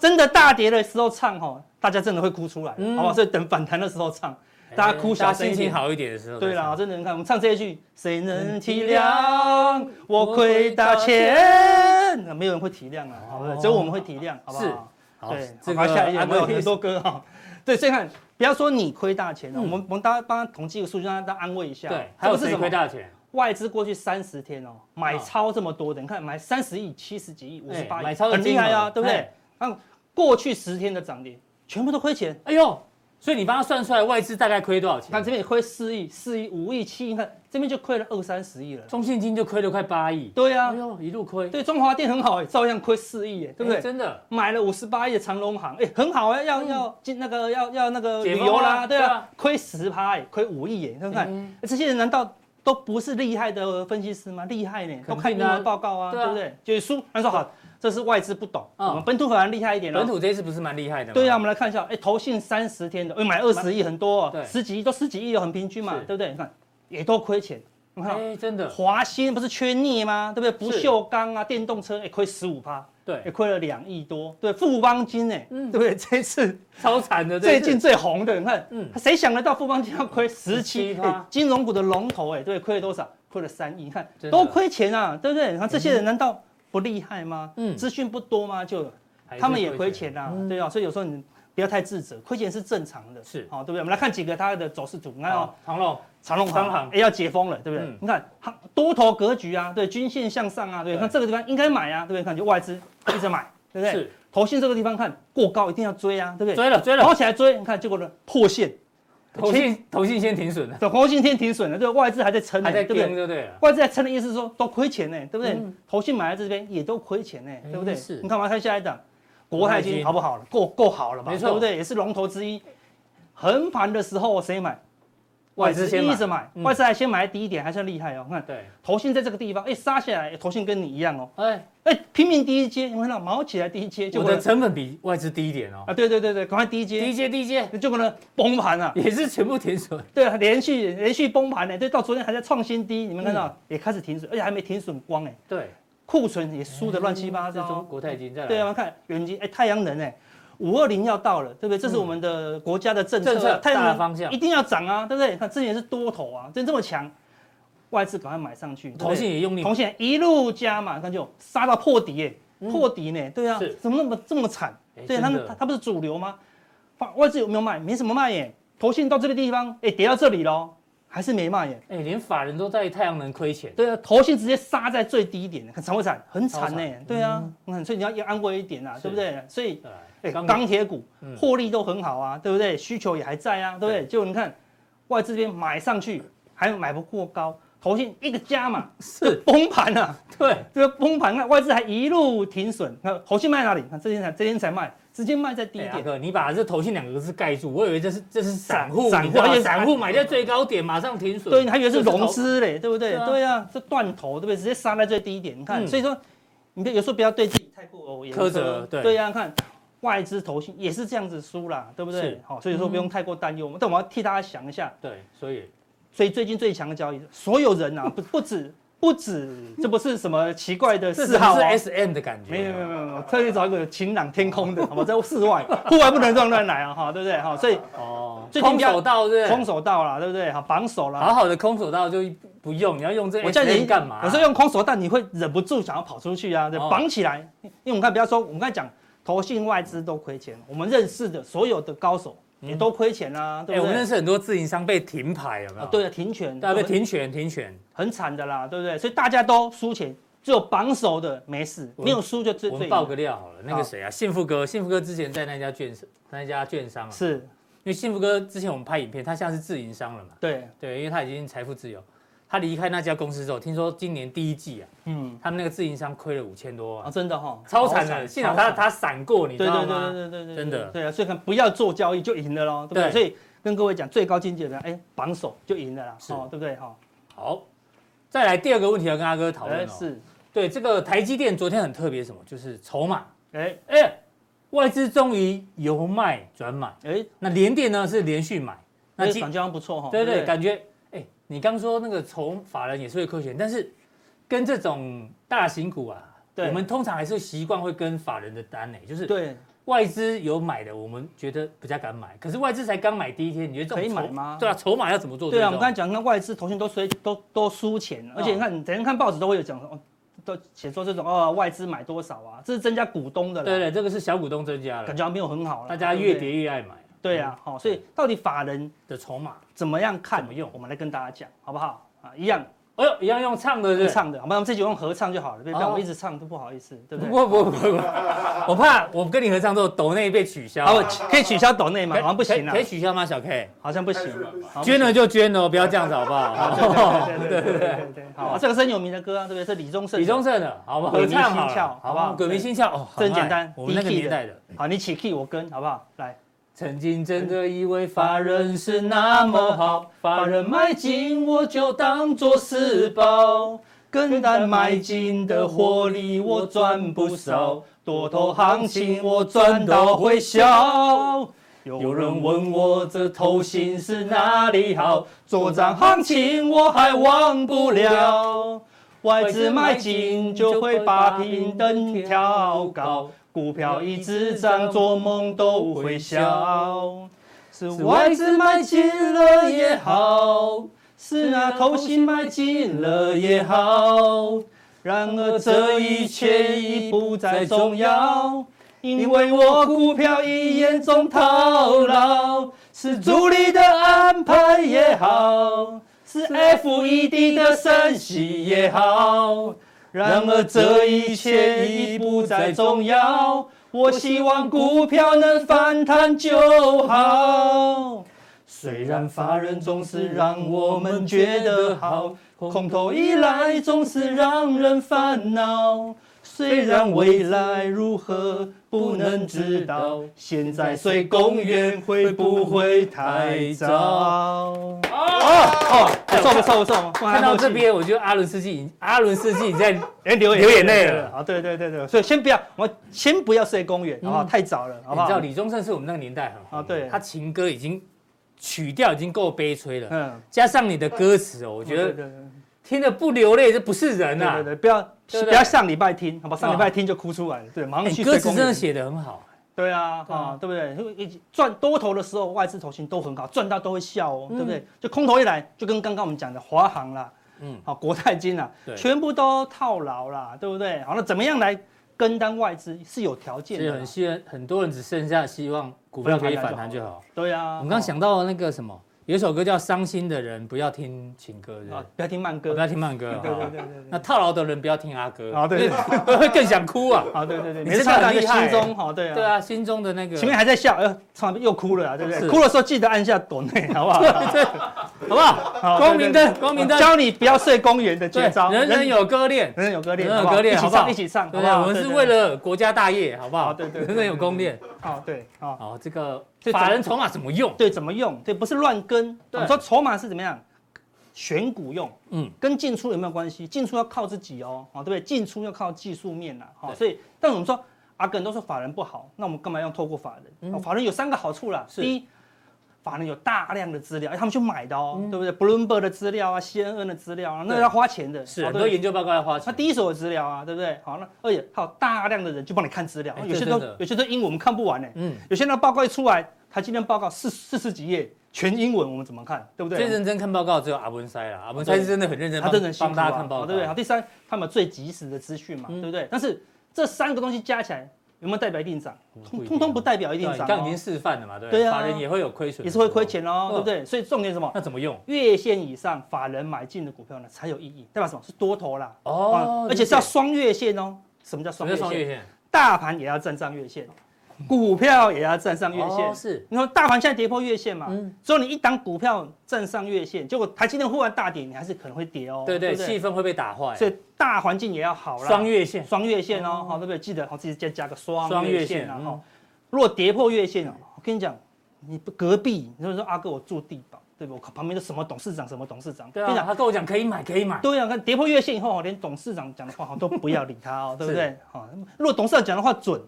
Speaker 3: 真的大跌的时候唱吼，大家真的会哭出来，
Speaker 2: 嗯
Speaker 3: 好不好？所以等反弹的时候唱，
Speaker 2: 哎
Speaker 3: 大家哭小
Speaker 2: 大
Speaker 3: 声
Speaker 2: 心
Speaker 3: 一
Speaker 2: 情
Speaker 3: 点。
Speaker 2: 好一点的时候。
Speaker 3: 对啦，
Speaker 2: 了，
Speaker 3: 真的，你看我们唱这一句，谁能体谅我亏大钱？没有人会体谅啊，好不好
Speaker 2: 哦
Speaker 3: 只有我们会体谅，好不好？
Speaker 2: 好
Speaker 3: 对，，
Speaker 2: 这
Speaker 3: 这
Speaker 2: 个啊
Speaker 3: 个下一
Speaker 2: 阿哥
Speaker 3: 页没有
Speaker 2: 也
Speaker 3: 很
Speaker 2: 是
Speaker 3: 多歌哈。对，所以看，不要说你亏大钱了，
Speaker 2: 嗯
Speaker 3: 哦我们我们大家帮他统计个数据，让大家安慰一下。
Speaker 2: 对，还有
Speaker 3: 这个是
Speaker 2: 谁
Speaker 3: 什
Speaker 2: 亏
Speaker 3: 么？
Speaker 2: 大钱？
Speaker 3: 外资过去三十天哦，买超这么多的，你看买三十亿、七十几亿、五十八
Speaker 2: 哎
Speaker 3: 亿，
Speaker 2: 买超的
Speaker 3: 很厉害
Speaker 2: 金
Speaker 3: 啊，
Speaker 2: 额
Speaker 3: 对不对
Speaker 2: 哎？
Speaker 3: 那过去十天的涨跌，全部都亏钱。
Speaker 2: 哎呦，所以你帮他算出来外资大概亏多少
Speaker 3: 那
Speaker 2: 钱？
Speaker 3: 这边也亏四亿、四亿、五亿、七亿，你看这边就亏了二三十亿了。
Speaker 2: 中信金就亏了快八亿。
Speaker 3: 对
Speaker 2: 哎
Speaker 3: 啊，
Speaker 2: 呦，一路亏，
Speaker 3: 对中华电很好哎，照样亏四亿哎，对不
Speaker 2: 哎
Speaker 3: 对？
Speaker 2: 真的，嗯
Speaker 3: 买了五十八亿的长隆行，哎，很好哎，要要进那个要要那个
Speaker 2: 解
Speaker 3: 旅
Speaker 2: 封
Speaker 3: 游
Speaker 2: 啦
Speaker 3: 啦，对
Speaker 2: 对
Speaker 3: 啊
Speaker 2: 啊，
Speaker 3: 亏十趴哎，亏五亿哎，看不看？
Speaker 2: 嗯
Speaker 3: 这些人难道都不是厉害的分析师吗？厉害呢，都看
Speaker 2: 肯
Speaker 3: 英
Speaker 2: 定啊
Speaker 3: 文报告啊，
Speaker 2: 对啊
Speaker 3: 对不对？就是输，他说好，这是外资不懂，
Speaker 2: 嗯
Speaker 3: 我们本土反而厉害一点
Speaker 2: 本
Speaker 3: 了。
Speaker 2: 土这一次不是蛮厉害的吗？
Speaker 3: 啊对啊，我们来看一下，哎，投信三十天的，哎，买二十亿很多
Speaker 2: 对
Speaker 3: 哦，十几亿都十几亿哦，很平均嘛
Speaker 2: 是，
Speaker 3: 对不对？你看也都亏钱，你看。哦
Speaker 2: 哎，真的，
Speaker 3: 华新不是缺镍吗？对不对？不锈钢啊，电动车哎亏十五趴，也
Speaker 2: 对，
Speaker 3: 亏了两亿多。对，富邦金哎、
Speaker 2: 嗯
Speaker 3: 对不 对？这一次
Speaker 2: 超惨的，
Speaker 3: 最
Speaker 2: 这
Speaker 3: 近
Speaker 2: 近
Speaker 3: 最红的，你看，
Speaker 2: 嗯
Speaker 3: 谁想得到富邦金要亏十七？
Speaker 2: 17%
Speaker 3: 哎金融股的龙头哎、对，亏了多少？亏了三亿，你看
Speaker 2: 真的
Speaker 3: 都亏钱啊，对不对？你看这些人难道不厉害吗？
Speaker 2: 嗯
Speaker 3: 资讯不多吗？就他们也亏钱啊，
Speaker 2: 嗯
Speaker 3: 对啊，所以有时候你不要太自责，亏钱是正常的，
Speaker 2: 是
Speaker 3: 好、对不对？我们来看几个它的走势图，你看哦
Speaker 2: 好，，长隆
Speaker 3: 长隆
Speaker 2: 长
Speaker 3: 行
Speaker 2: 航
Speaker 3: 哎要解封了，对不对？
Speaker 2: 嗯
Speaker 3: 你看行多头格局啊，对，均线向上啊，对，
Speaker 2: 对
Speaker 3: 看这个地方应该买啊，对不对？看就外资 一直买，对不对？
Speaker 2: 是
Speaker 3: 头线这个地方看过高一定要追啊，对不对？
Speaker 2: 追了追了，
Speaker 3: 跑起来追，你看结果呢破线，
Speaker 2: 投信投信先停损了，
Speaker 3: 等红信天停损了，对不对，外资还在撑呢，
Speaker 2: 还在
Speaker 3: 对不
Speaker 2: 跟
Speaker 3: 对？
Speaker 2: 就对了。
Speaker 3: 外资在撑的意思是说都亏钱呢，对不对
Speaker 2: 嗯？
Speaker 3: 投信买在这边也都亏钱呢，对不对
Speaker 2: 哎是？
Speaker 3: 你看嘛，看下一档，
Speaker 2: 国
Speaker 3: 国
Speaker 2: 泰
Speaker 3: 泰
Speaker 2: 金
Speaker 3: 金好不好了？够够好了吧？
Speaker 2: 没错
Speaker 3: 对不对？也是龙头之一。横盘的时候谁买？
Speaker 2: 外资先买
Speaker 3: 一直买，
Speaker 2: 嗯
Speaker 3: 外资还先买低一点，还算厉害哦。你看
Speaker 2: 对，
Speaker 3: 投信在这个地方，哎、杀下来，投信跟你一样哦，
Speaker 2: 哎，
Speaker 3: 哎、拼命第一阶，你看到毛起来第一阶，结
Speaker 2: 我
Speaker 3: 果
Speaker 2: 的
Speaker 3: 呢
Speaker 2: 成本比外资低一点哦，
Speaker 3: 啊，对对对对，赶快第一
Speaker 2: 低
Speaker 3: 阶，
Speaker 2: 阶低阶
Speaker 3: 结果呢崩盘啊，
Speaker 2: 也是全部停损，
Speaker 3: 对，连续连续崩盘呢，对，到昨天还在创新低，你们看到、
Speaker 2: 嗯
Speaker 3: 也开始停损，而且还没停损光哎，
Speaker 2: 对，
Speaker 3: 库存也输的乱七
Speaker 2: 嗯
Speaker 3: 八
Speaker 2: 哎这
Speaker 3: 糟
Speaker 2: 中，国泰金再来，
Speaker 3: 对啊，我们看远景，哎、太阳能哎、五二零要到了，对不对？这是我们的国家的政策啊，
Speaker 2: 政策
Speaker 3: 太阳
Speaker 2: 大
Speaker 3: 能
Speaker 2: 的方向
Speaker 3: 一定要涨啊，对不对？看之前是多头啊，真这么强，外资赶快买上去，对不对
Speaker 2: 投信也用力，
Speaker 3: 同线一路加嘛，看就杀到破底耶，破底呢，对啊
Speaker 2: 嗯是，
Speaker 3: 怎么那么这么惨
Speaker 2: 哎？
Speaker 3: 对，
Speaker 2: 真
Speaker 3: 他
Speaker 2: 的
Speaker 3: 们他他不是主流吗？放外资有没有卖？没什么卖耶，投信到这个地方，哎，跌到这里喽，还是没卖耶。
Speaker 2: 哎，连法人都在太阳能亏钱，
Speaker 3: 对啊，投信直接杀在最低点，很惨不惨？很惨
Speaker 2: 超
Speaker 3: 呢
Speaker 2: 惨，
Speaker 3: 对啊，嗯，所以你要要安慰一点啊，
Speaker 2: 是
Speaker 3: 对不对？所以，哎，
Speaker 2: 对
Speaker 3: 钢铁股
Speaker 2: 嗯
Speaker 3: 获利都很好啊，对不对？需求也还在啊，对不对？就你看外资这边买上去，还买不过高，投信一个加嘛，
Speaker 2: 是，
Speaker 3: 崩盘啊。
Speaker 2: 对，
Speaker 3: 这个崩盘，看外资还一路停损，看投信卖哪里？看这天才这天才卖，直接卖在低
Speaker 2: 哎
Speaker 3: 点
Speaker 2: 阿。哥，你把这头信两个字盖住，我以为这是这是散户，
Speaker 3: 散
Speaker 2: 你知道吗
Speaker 3: 户而且
Speaker 2: 散户买在最高点，马上停损。
Speaker 3: 对，你还以为是
Speaker 2: 这投
Speaker 3: 融资嘞，对不对
Speaker 2: 对啊？
Speaker 3: 对啊，这断头，对不对？直接杀在最低点，你看，
Speaker 2: 嗯
Speaker 3: 所以说，你有时候不要对自己太过严
Speaker 2: 苛责对
Speaker 3: 对啊，看外资投信也是这样子输啦，对不对
Speaker 2: 是？嗯
Speaker 3: 好，所以说不用太过担忧。但我要替大家想一下，
Speaker 2: 对，所以
Speaker 3: 所以最近最强的交易，所有人啊，不不止不止，这不是什么奇怪的
Speaker 2: 这
Speaker 3: 嗜好
Speaker 2: 是
Speaker 3: 哦。
Speaker 2: S M 的感觉。
Speaker 3: 没有没有没有，没有我特意找一个晴朗天空的，好吧，在室 外，户外不能乱乱来啊，哈，对不对？哈，所以
Speaker 2: 哦，
Speaker 3: 最近
Speaker 2: 空
Speaker 3: 比较
Speaker 2: 手道对不对？
Speaker 3: 空手道啦，对不对？好，绑手啦，
Speaker 2: 好好的空手道就不用，你要用这
Speaker 3: 我叫
Speaker 2: S&M
Speaker 3: 你
Speaker 2: 干嘛？
Speaker 3: 我说用空手道，你会忍不住想要跑出去啊，对
Speaker 2: 哦
Speaker 3: 绑起来。因为我们看，不要说我们刚才讲，投信外资都亏钱，我们认识的所有的高手也都亏钱啊，
Speaker 2: 哎、
Speaker 3: 对不
Speaker 2: 我们
Speaker 3: 对？
Speaker 2: 认识很多自营商被停牌，有没有？
Speaker 3: 啊，对啊，停权，
Speaker 2: 大家被
Speaker 3: 对不对
Speaker 2: 停权，停权。
Speaker 3: 很惨的啦，对不对？所以大家都输钱，只有榜首的没事，
Speaker 2: 我们
Speaker 3: 没有输就最
Speaker 2: 我们
Speaker 3: 最赢
Speaker 2: 爆个料好了，那
Speaker 3: 好
Speaker 2: 个谁啊，幸福哥，幸福哥之前在那家券商，那家券商啊，
Speaker 3: 是，
Speaker 2: 因为幸福哥之前我们拍影片，他现在是自营商了嘛，
Speaker 3: 对，
Speaker 2: 对，因为他已经财富自由。他离开那家公司之后，听说今年第一季啊，
Speaker 3: 嗯，
Speaker 2: 他们那个自营商亏了五千多
Speaker 3: 啊，
Speaker 2: 万，
Speaker 3: 真的哈，
Speaker 2: 超惨的。现场
Speaker 3: 超
Speaker 2: 他
Speaker 3: 惨
Speaker 2: 他闪过，你知
Speaker 3: 对对
Speaker 2: 道
Speaker 3: 对对
Speaker 2: 吗？
Speaker 3: 对对对，
Speaker 2: 真的
Speaker 3: 对啊，所以看不要做交易就赢了咯，对不
Speaker 2: 对
Speaker 3: 对？所以跟各位讲，最高境界的哎，榜首就赢了啦，
Speaker 2: 是
Speaker 3: 哦，对不对？哈，
Speaker 2: 好，再来第二个问题要跟阿哥讨论
Speaker 3: 哎
Speaker 2: 哦。
Speaker 3: 是，
Speaker 2: 对这个台积电昨天很特别，什么就是筹码，
Speaker 3: 哎
Speaker 2: 哎，外资终于由卖转买，
Speaker 3: 哎，
Speaker 2: 那联电呢是连续买，那
Speaker 3: 那
Speaker 2: 今
Speaker 3: 感觉好像不错哈。
Speaker 2: 对
Speaker 3: 哦不
Speaker 2: 对，感觉哎，你刚说那个从法人也是会亏钱，但是跟这种大型股啊，
Speaker 3: 对
Speaker 2: 我们通常还是习惯会跟法人的单呢，就是
Speaker 3: 对，
Speaker 2: 外资有买的，我们觉得比较敢买，可是外资才刚买第一天，你觉得这种
Speaker 3: 可以
Speaker 2: 筹
Speaker 3: 买吗
Speaker 2: 对啊，筹码要怎么做？
Speaker 3: 对啊，我们刚才讲，那外资、投信都衰，都都输钱，而
Speaker 2: 哦
Speaker 3: 且你看，你整天看报纸都会有讲，哦，都写说这种哦，外资买多少啊，这是增加股东的啦，
Speaker 2: 对对，这个是小股东增加了
Speaker 3: 感，觉还没有很好了，
Speaker 2: 大家
Speaker 3: 对不
Speaker 2: 越
Speaker 3: 对
Speaker 2: 跌嗯越爱买
Speaker 3: 对啊，好，所以到底法人
Speaker 2: 的筹码。
Speaker 3: 怎么样看？
Speaker 2: 怎么用
Speaker 3: 我们来跟大家讲，好不好？啊，一样
Speaker 2: 哎呦，一样用唱的是不
Speaker 3: 合
Speaker 2: 是
Speaker 3: 唱的，好吧，我们这集用合唱就好了，别
Speaker 2: 哦
Speaker 3: 让我一直唱都不好意思，对不对？
Speaker 2: 不不不不不，我怕我跟你合唱之后，抖内被取消。
Speaker 3: 好，我可以取消抖内吗？
Speaker 2: 可以
Speaker 3: 好像不行啊
Speaker 2: 可以可以，取消吗？小 K，
Speaker 3: 好像不行，啊好
Speaker 2: 捐了就捐哦了，不要这样子好不好？
Speaker 3: 对对对对对对，好，啊这个是很有名的歌啊，对不对？是李宗盛
Speaker 2: 哦
Speaker 3: 的，
Speaker 2: 李宗盛的，好不好？
Speaker 3: 鬼
Speaker 2: 合
Speaker 3: 迷心窍
Speaker 2: 唱好了，
Speaker 3: 好不好
Speaker 2: 鬼迷心窍，哦，
Speaker 3: 这很
Speaker 2: 好爱
Speaker 3: 简单
Speaker 2: 我们那个
Speaker 3: 低 key
Speaker 2: 年代的。
Speaker 3: 好，你起 key 我跟，好不好？来，
Speaker 2: 曾经真的以为法人是那么好，法
Speaker 3: 把
Speaker 2: 人
Speaker 3: 人
Speaker 2: 买
Speaker 3: 买
Speaker 2: 进
Speaker 3: 进我就当做是宝，跟单买进的获利我赚不少，多头行情我赚到会笑。有
Speaker 2: 有人
Speaker 3: 人
Speaker 2: 问
Speaker 3: 问
Speaker 2: 我
Speaker 3: 我
Speaker 2: 这
Speaker 3: 这
Speaker 2: 头
Speaker 3: 头
Speaker 2: 型
Speaker 3: 型
Speaker 2: 是
Speaker 3: 是
Speaker 2: 哪
Speaker 3: 哪
Speaker 2: 里
Speaker 3: 里
Speaker 2: 好
Speaker 3: 好，做账行情我还忘不了。外资买进就会把平等调高，股票一直涨，做梦都会笑。是外资买进了也好，是那投信买进了也好，然而这一切已不再重要，因为我股票已严重套牢，是主力的安排也好，是 FED 的升息也好，然而这一切已不再重要，我希望股票能反弹就好。虽然法人总是让我们觉得好，空头依赖总是让人烦恼。虽然未来如何不能知道，现在睡公园会不会太早？哦，不错不错不错，
Speaker 2: 看到这，边，我觉得阿伦斯基已 经，阿伦斯基已经在
Speaker 3: 哎，流
Speaker 2: 流眼泪了
Speaker 3: 啊！对对对对，所以先不要，我先不要睡公园，好不好？
Speaker 2: 嗯
Speaker 3: 太早了，好不
Speaker 2: 你知道
Speaker 3: 好？
Speaker 2: 李宗盛是我们那个年代很红的
Speaker 3: 啊对
Speaker 2: 他情歌已经曲调已经够悲催了，
Speaker 3: 嗯，
Speaker 2: 加上你的歌词哦，我
Speaker 3: 我
Speaker 2: 觉得
Speaker 3: 对对
Speaker 2: 听得不流泪，这不是人啊呐。
Speaker 3: 对对对，不要
Speaker 2: 对不对啊
Speaker 3: 不要上礼拜听，好吧？上礼拜听就哭出来了，对，马
Speaker 2: 哎
Speaker 3: 上去
Speaker 2: 歌
Speaker 3: 睡
Speaker 2: 词
Speaker 3: 公
Speaker 2: 真的
Speaker 3: 园。
Speaker 2: 写得很好，
Speaker 3: 对啊，
Speaker 2: 对啊
Speaker 3: 啊，对不对？因为一赚多头的时候，外资投信都很好，赚到都会笑哦，对不对？就空头一来，就跟刚刚我们讲的华航啦，
Speaker 2: 嗯
Speaker 3: 嗯，好，国泰金啦
Speaker 2: 对，
Speaker 3: 全部都套牢啦，对不对？好，那怎么样来跟单外资是有条
Speaker 2: 所
Speaker 3: 件
Speaker 2: 以
Speaker 3: 的啦
Speaker 2: 很，希很多人只剩下希望股票可以反弹就好。
Speaker 3: 对啊。
Speaker 2: 我们刚
Speaker 3: 哦
Speaker 2: 想到那个什么，有一首歌叫《伤心的人不要听情歌》，对不对哦
Speaker 3: 啊，不要听慢
Speaker 2: 不
Speaker 3: 歌，
Speaker 2: 要听慢歌。
Speaker 3: 对对
Speaker 2: 哈
Speaker 3: 对对对
Speaker 2: 那套牢的人不要听阿歌
Speaker 3: 啊对对
Speaker 2: 因为会更想哭啊。
Speaker 3: 啊，对对对，
Speaker 2: 你
Speaker 3: 每次
Speaker 2: 真的
Speaker 3: 看到
Speaker 2: 很
Speaker 3: 就
Speaker 2: 厉害
Speaker 3: 心中哈，对啊，
Speaker 2: 对，啊，心中的那个
Speaker 3: 哎前面还在笑，呃，唱又哭了啊，对不
Speaker 2: 是
Speaker 3: 对？哭的时候记得按下抖内，好不好？
Speaker 2: 对，好不好？
Speaker 3: 好
Speaker 2: 光明
Speaker 3: 对
Speaker 2: 灯
Speaker 3: 对，对
Speaker 2: 光明灯，
Speaker 3: 教你不要睡公园的
Speaker 2: 对
Speaker 3: 绝招，，
Speaker 2: 人人有割裂，
Speaker 3: 人人有割裂，
Speaker 2: 人人有
Speaker 3: 好不好
Speaker 2: 割裂，
Speaker 3: 一
Speaker 2: 好
Speaker 3: 起
Speaker 2: 不好？
Speaker 3: 上一起上，
Speaker 2: 对
Speaker 3: 好不好
Speaker 2: 我们是
Speaker 3: 对
Speaker 2: 为
Speaker 3: 对
Speaker 2: 了国家大业，好不好？
Speaker 3: 好对对对
Speaker 2: 人人有功裂。
Speaker 3: 哦对哦
Speaker 2: 好，这个
Speaker 3: 这
Speaker 2: 法
Speaker 3: 怎么
Speaker 2: 人筹码怎么用？
Speaker 3: 对，怎么用？对，不是乱跟。
Speaker 2: 对
Speaker 3: 我们说筹码是怎么样？选股用，
Speaker 2: 嗯
Speaker 3: 嗯，跟进出有没有关系？进出要靠自己哦，哦，对不对？进出要靠技术面啦，哈、
Speaker 2: 对
Speaker 3: 所以，但我们说阿根都说法人不好，那我们干嘛要透过法人？哦法人有三个好处啦，
Speaker 2: 嗯是
Speaker 3: 第一，法人有大量的资料，哎他们去买的哦，对不对？Bloomberg 的资料啊，CNN 的资料啊，那
Speaker 2: 嗯对
Speaker 3: 要花钱的，
Speaker 2: 是
Speaker 3: 哦
Speaker 2: 很
Speaker 3: 对
Speaker 2: 多
Speaker 3: 不对
Speaker 2: 研究报告要花
Speaker 3: 他
Speaker 2: 钱，
Speaker 3: 第一手有资料啊，对不对？好，那而且还有大量的人去帮你看资料，
Speaker 2: 哎
Speaker 3: 有些
Speaker 2: 这
Speaker 3: 都
Speaker 2: 真的
Speaker 3: 有些都英文我们看不完呢、
Speaker 2: 嗯
Speaker 3: 嗯，有些那报告一出来，他今天报告四四十几页，全英文，我们怎么看？对不
Speaker 2: 最
Speaker 3: 对？
Speaker 2: 认真看报告只有阿文塞了，阿文塞是真的很认真
Speaker 3: 他
Speaker 2: 帮，
Speaker 3: 真的很辛
Speaker 2: 帮
Speaker 3: 苦
Speaker 2: 大
Speaker 3: 啊，
Speaker 2: 家看报
Speaker 3: 好
Speaker 2: 告，嗯
Speaker 3: 对不对？好，第三，他们有最及时的资讯嘛，对不对？但是这三个东西加起来，有没有代表一定涨？
Speaker 2: 嗯不一定
Speaker 3: 通通通不代表一
Speaker 2: 对
Speaker 3: 定
Speaker 2: 啊？你
Speaker 3: 涨、
Speaker 2: 刚刚已经
Speaker 3: 哦，
Speaker 2: 示范了嘛，对不
Speaker 3: 对啊
Speaker 2: 法人也会有亏损，
Speaker 3: 也是会亏，钱哦，
Speaker 2: 嗯
Speaker 3: 对不对？所以重点是什么？
Speaker 2: 那怎么用？
Speaker 3: 月线以上法人买进的股票呢才有意义，代表什么？是多头啦，
Speaker 2: 哦
Speaker 3: 啊，而且是要双月线哦。什么叫
Speaker 2: 什
Speaker 3: 双
Speaker 2: 么
Speaker 3: 月
Speaker 2: 叫
Speaker 3: 线
Speaker 2: 双？月线？
Speaker 3: 大盘也要站上月线，股票也要站上月线。
Speaker 2: 哦是
Speaker 3: 你说大盘现在跌破月线嘛？
Speaker 2: 嗯
Speaker 3: 只有你一档股票站上月线，结果台积电忽然大跌，你还是可能会跌哦。
Speaker 2: 对对，
Speaker 3: 不
Speaker 2: 气氛会被打坏，
Speaker 3: 所以大环境也要好啦。
Speaker 2: 双月线
Speaker 3: 双月线哦，好、对不对？记得好、自己再加个
Speaker 2: 双
Speaker 3: 双
Speaker 2: 月
Speaker 3: 月
Speaker 2: 线
Speaker 3: 线啊。
Speaker 2: 嗯
Speaker 3: 哈、如果跌破月线哦，我跟你讲，你隔壁，你就说阿哥我住地堡，对不对？我旁边的什么董事长什么董事长，
Speaker 2: 对
Speaker 3: 跟
Speaker 2: 啊，
Speaker 3: 你讲。
Speaker 2: 他跟我讲可以买，可以买，
Speaker 3: 对啊，看跌破月线以后，连董事长讲的话好像都不要理他 哦，对不对？好，如果董事长讲的话准，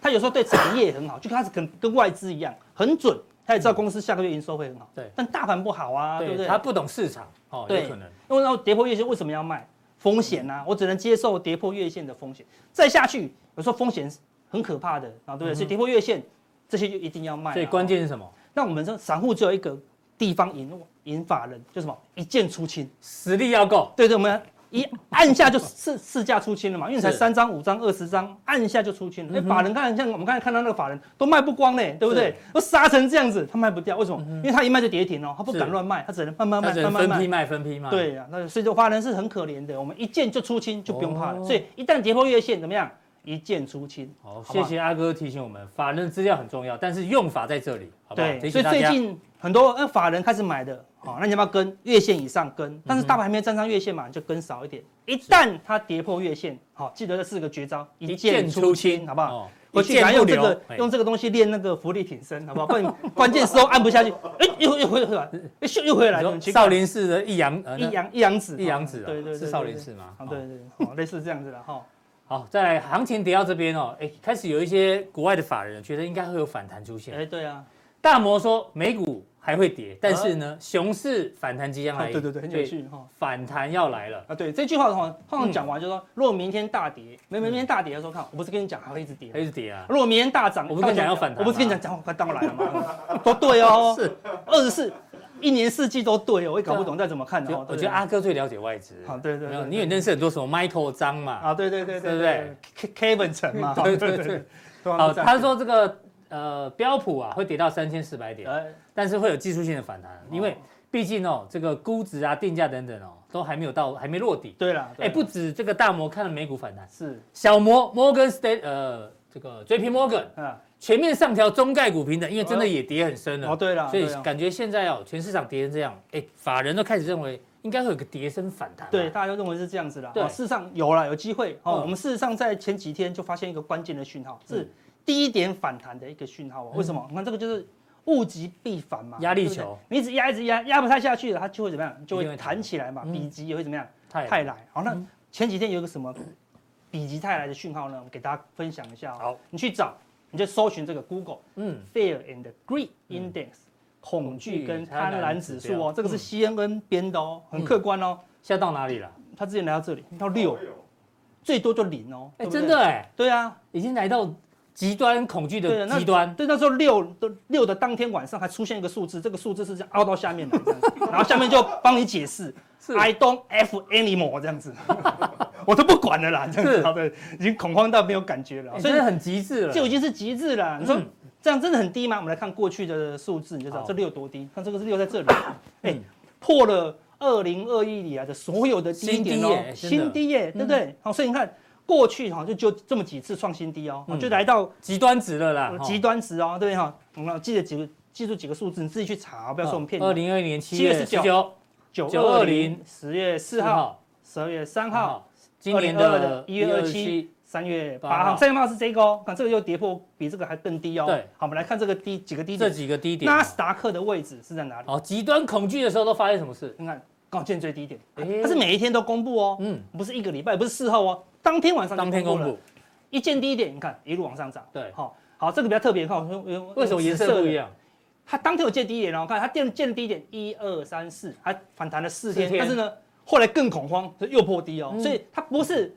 Speaker 3: 他有时候对产业很好，就开始跟跟外资一样很准，他也知道公司下个月营收会很好。
Speaker 2: 对
Speaker 3: 但大盘不好啊，对不对？
Speaker 2: 他不懂市场，哦，有
Speaker 3: 对
Speaker 2: 可能，，
Speaker 3: 因为然后跌破月线为什么要卖？风险啊呐、我只能接受跌破月线的风险，再下去有时候风险很可怕的啊，对不对？所以跌破月线这些就一定要卖
Speaker 2: 嗯
Speaker 3: 啊。
Speaker 2: 所以关键是什么？
Speaker 3: 那我们说散户只有一个地方赢赢法人，就什么一键出清。
Speaker 2: 实力要够，
Speaker 3: 对对，我们一按下就市市价出清了嘛，因为才
Speaker 2: 是
Speaker 3: 三张、五张、二十张，按下就出清了。哎，法人刚才像我们刚才看到那个法人都卖不光嘞，对不对
Speaker 2: 是？
Speaker 3: 都杀成这样子，他卖不掉，为什么？因为他一卖就跌停哦，他不
Speaker 2: 是
Speaker 3: 敢乱卖，他只能慢慢
Speaker 2: 他
Speaker 3: 卖，
Speaker 2: 只
Speaker 3: 慢
Speaker 2: 能
Speaker 3: 慢
Speaker 2: 分批
Speaker 3: 卖。
Speaker 2: 卖，分批卖，
Speaker 3: 对呀、那所以说法人是很可怜的，我们一键就出清，就不用怕了。
Speaker 2: 哦
Speaker 3: 所以一旦跌破月线，怎么样？一键出清。
Speaker 2: 好，
Speaker 3: 不
Speaker 2: 哦谢谢阿哥提醒我们，法人资料很重要，但是用法在这里，好不好？
Speaker 3: 对，
Speaker 2: 提醒
Speaker 3: 所以
Speaker 2: 大
Speaker 3: 最
Speaker 2: 家。
Speaker 3: 近很多呃法人开始买的，好、那你要不要跟月线以上
Speaker 2: 嗯
Speaker 3: 跟？但是大盘还没有站上月线嘛，你就跟少一点。一旦它跌破月线，好、记得这四个绝招，一键出清，好不好？
Speaker 2: 哦
Speaker 3: 回去拿用这个
Speaker 2: 哎
Speaker 3: 用这个东西练那个浮力挺身，好不好？不然你 关键时候按不下去，哎、又又回来了，哎、咻又回来
Speaker 2: 你
Speaker 3: 了，
Speaker 2: 说
Speaker 3: 很奇怪
Speaker 2: 少林寺的一阳，呃
Speaker 3: 一阳一阳指，
Speaker 2: 一阳指哦
Speaker 3: 对对对，
Speaker 2: 是少林寺哦吗
Speaker 3: 啊，对对对，好类似这样子的哈。
Speaker 2: 好，再来行情跌到这边哦，哎，开始有一些国外的法人觉得应该会有反弹出现。
Speaker 3: 哎，对啊，
Speaker 2: 大摩说美股还会跌，但是呢，熊市反弹即将来
Speaker 3: 啊
Speaker 2: 临，
Speaker 3: 对对对，很有趣哈。
Speaker 2: 反弹要来了。
Speaker 3: 啊，对这句话的话，通
Speaker 2: 嗯
Speaker 3: 常讲完就说，如果明天大跌，没明天大跌的时候，看我不是跟你讲还会一直跌吗
Speaker 2: 还？是跌啊？
Speaker 3: 如果明天大涨，
Speaker 2: 我不是跟你讲要反弹吗
Speaker 3: 我不是跟你讲讲快当我来了吗？都对 哦，
Speaker 2: 是， 啊
Speaker 3: 二十四，一年四季都对哦，我也搞不懂再怎么看
Speaker 2: 就
Speaker 3: 哦。
Speaker 2: 我觉得阿哥最了解外资。
Speaker 3: 好对对
Speaker 2: 没有
Speaker 3: 对
Speaker 2: 你也认识很多什么 Michael 张嘛？
Speaker 3: 啊，对对对
Speaker 2: 对不对
Speaker 3: 对，K Kevin 城嘛，
Speaker 2: 对对对。好，
Speaker 3: 好，
Speaker 2: 他说这个呃标普啊会跌到三千四百点，
Speaker 3: 呃，
Speaker 2: 但是会有技术性的反
Speaker 3: 哦
Speaker 2: 弹，因为毕竟哦这个估值啊、定价等等哦都还没有到，还没落底。
Speaker 3: 对了，对
Speaker 2: 哎，
Speaker 3: 啊啦
Speaker 2: 不止这个大摩看了美股反弹，
Speaker 3: 是
Speaker 2: 小摩 Morgan State 呃这个 JP Morgan
Speaker 3: 啊，
Speaker 2: 全面上调中概股平等，因为真的也跌很深了。
Speaker 3: 哦对了，
Speaker 2: 所以
Speaker 3: 对啊
Speaker 2: 感觉现在哦全市场跌成这样，哎，法人都开始认为应该会有个跌升反弹啊。
Speaker 3: 对，大家都认为是这样子啦。
Speaker 2: 对
Speaker 3: 哦事实上有啦，有机会哦。
Speaker 2: 嗯
Speaker 3: 我们事实上在前几天就发现一个关键的讯号，
Speaker 2: 嗯
Speaker 3: 是低点反弹的一个讯号哦。为什么？你看这个就是物极必反嘛，
Speaker 2: 压力球
Speaker 3: 对不对，你一直压一直压，压不太下去了，它就会怎么样？就
Speaker 2: 一定会
Speaker 3: 会
Speaker 2: 弹
Speaker 3: 弹起来嘛，
Speaker 2: 嗯
Speaker 3: 比极也会怎么样？
Speaker 2: 太嗯
Speaker 3: 泰来。好，那前几天有一个什么比极泰来的讯号呢？我们给大家分享一下哦。
Speaker 2: 好，
Speaker 3: 你去找，你就搜寻这个 Google
Speaker 2: 嗯
Speaker 3: Fear and Greed Index。恐惧跟贪婪指数哦，
Speaker 2: 恐惧贪婪指标
Speaker 3: 这个是 CNN 编的哦，很
Speaker 2: 嗯
Speaker 3: 客观哦。
Speaker 2: 下到哪里了？
Speaker 3: 他之前来到这里到六，最多就零哦。
Speaker 2: 哎，
Speaker 3: 对不对
Speaker 2: 真的？哎，
Speaker 3: 对啊，
Speaker 2: 已经来到极端恐惧
Speaker 3: 对
Speaker 2: 的
Speaker 3: 啊那
Speaker 2: 极端。
Speaker 3: 对，那时候六的六的当天晚上还出现一个数字，这个数字是这样凹到下面来这 样子，然后下面就帮你解释
Speaker 2: 是
Speaker 3: ，I don't f anymore 这样子， 我都不管了啦，这样
Speaker 2: 是
Speaker 3: 子，好的，已经恐慌到没有感觉了，
Speaker 2: 欸
Speaker 3: 所以
Speaker 2: 真的很极致了。
Speaker 3: 这已经是极致了。你说
Speaker 2: 嗯
Speaker 3: 这样真的很低吗？我们来看过去的数字，你就知道
Speaker 2: 好
Speaker 3: 这六多低。看这个是六在这里，哎，破了二零二一以来的所有的低点哦，
Speaker 2: 新低耶真的
Speaker 3: 新低耶，对不对？好，所以你看过去好像就就这么几次创新低哦
Speaker 2: 嗯，
Speaker 3: 就来到呃
Speaker 2: 极端值了啦，
Speaker 3: 极哦
Speaker 2: 极
Speaker 3: 端值哦，对不对哈？我们记得几个记住几个数字，你自己去查，不要说我们骗
Speaker 2: 哦二
Speaker 3: 你。
Speaker 2: 零二一年七
Speaker 3: 7月
Speaker 2: 月十
Speaker 3: 19
Speaker 2: 九
Speaker 3: 九二
Speaker 2: 920
Speaker 3: 零十月四号、，啊十二月三号、
Speaker 2: 今年
Speaker 3: 2022
Speaker 2: 的
Speaker 3: 一月二
Speaker 2: 127
Speaker 3: 七、三月
Speaker 2: 八
Speaker 3: 八号，
Speaker 2: 号
Speaker 3: 三月八号是这个哦，看这个又跌破比这个还更低哦。
Speaker 2: 对
Speaker 3: 好，我们来看这个低几个低
Speaker 2: 这
Speaker 3: 点，
Speaker 2: 几个低点，
Speaker 3: 纳斯达克的位置是在哪里？
Speaker 2: 好，极端恐惧的时候都发生什么事？
Speaker 3: 你看，刚好见最低点，
Speaker 2: 哎
Speaker 3: 它是每一天都公布哦，
Speaker 2: 嗯，
Speaker 3: 不是一个礼拜，不是事后哦，当天晚上就
Speaker 2: 当天公
Speaker 3: 了
Speaker 2: 布，
Speaker 3: 一见低点，你看一路往上涨。
Speaker 2: 对
Speaker 3: 好、好，这个比较特别，看我用用
Speaker 2: 为什么颜色不一？
Speaker 3: 用紫的
Speaker 2: 样？
Speaker 3: 它当天有见低点哦，看它见见低点一二三四，它反弹了四天，
Speaker 2: 四天
Speaker 3: 但是呢，后来更恐慌，就又破低哦，
Speaker 2: 嗯
Speaker 3: 所以它不是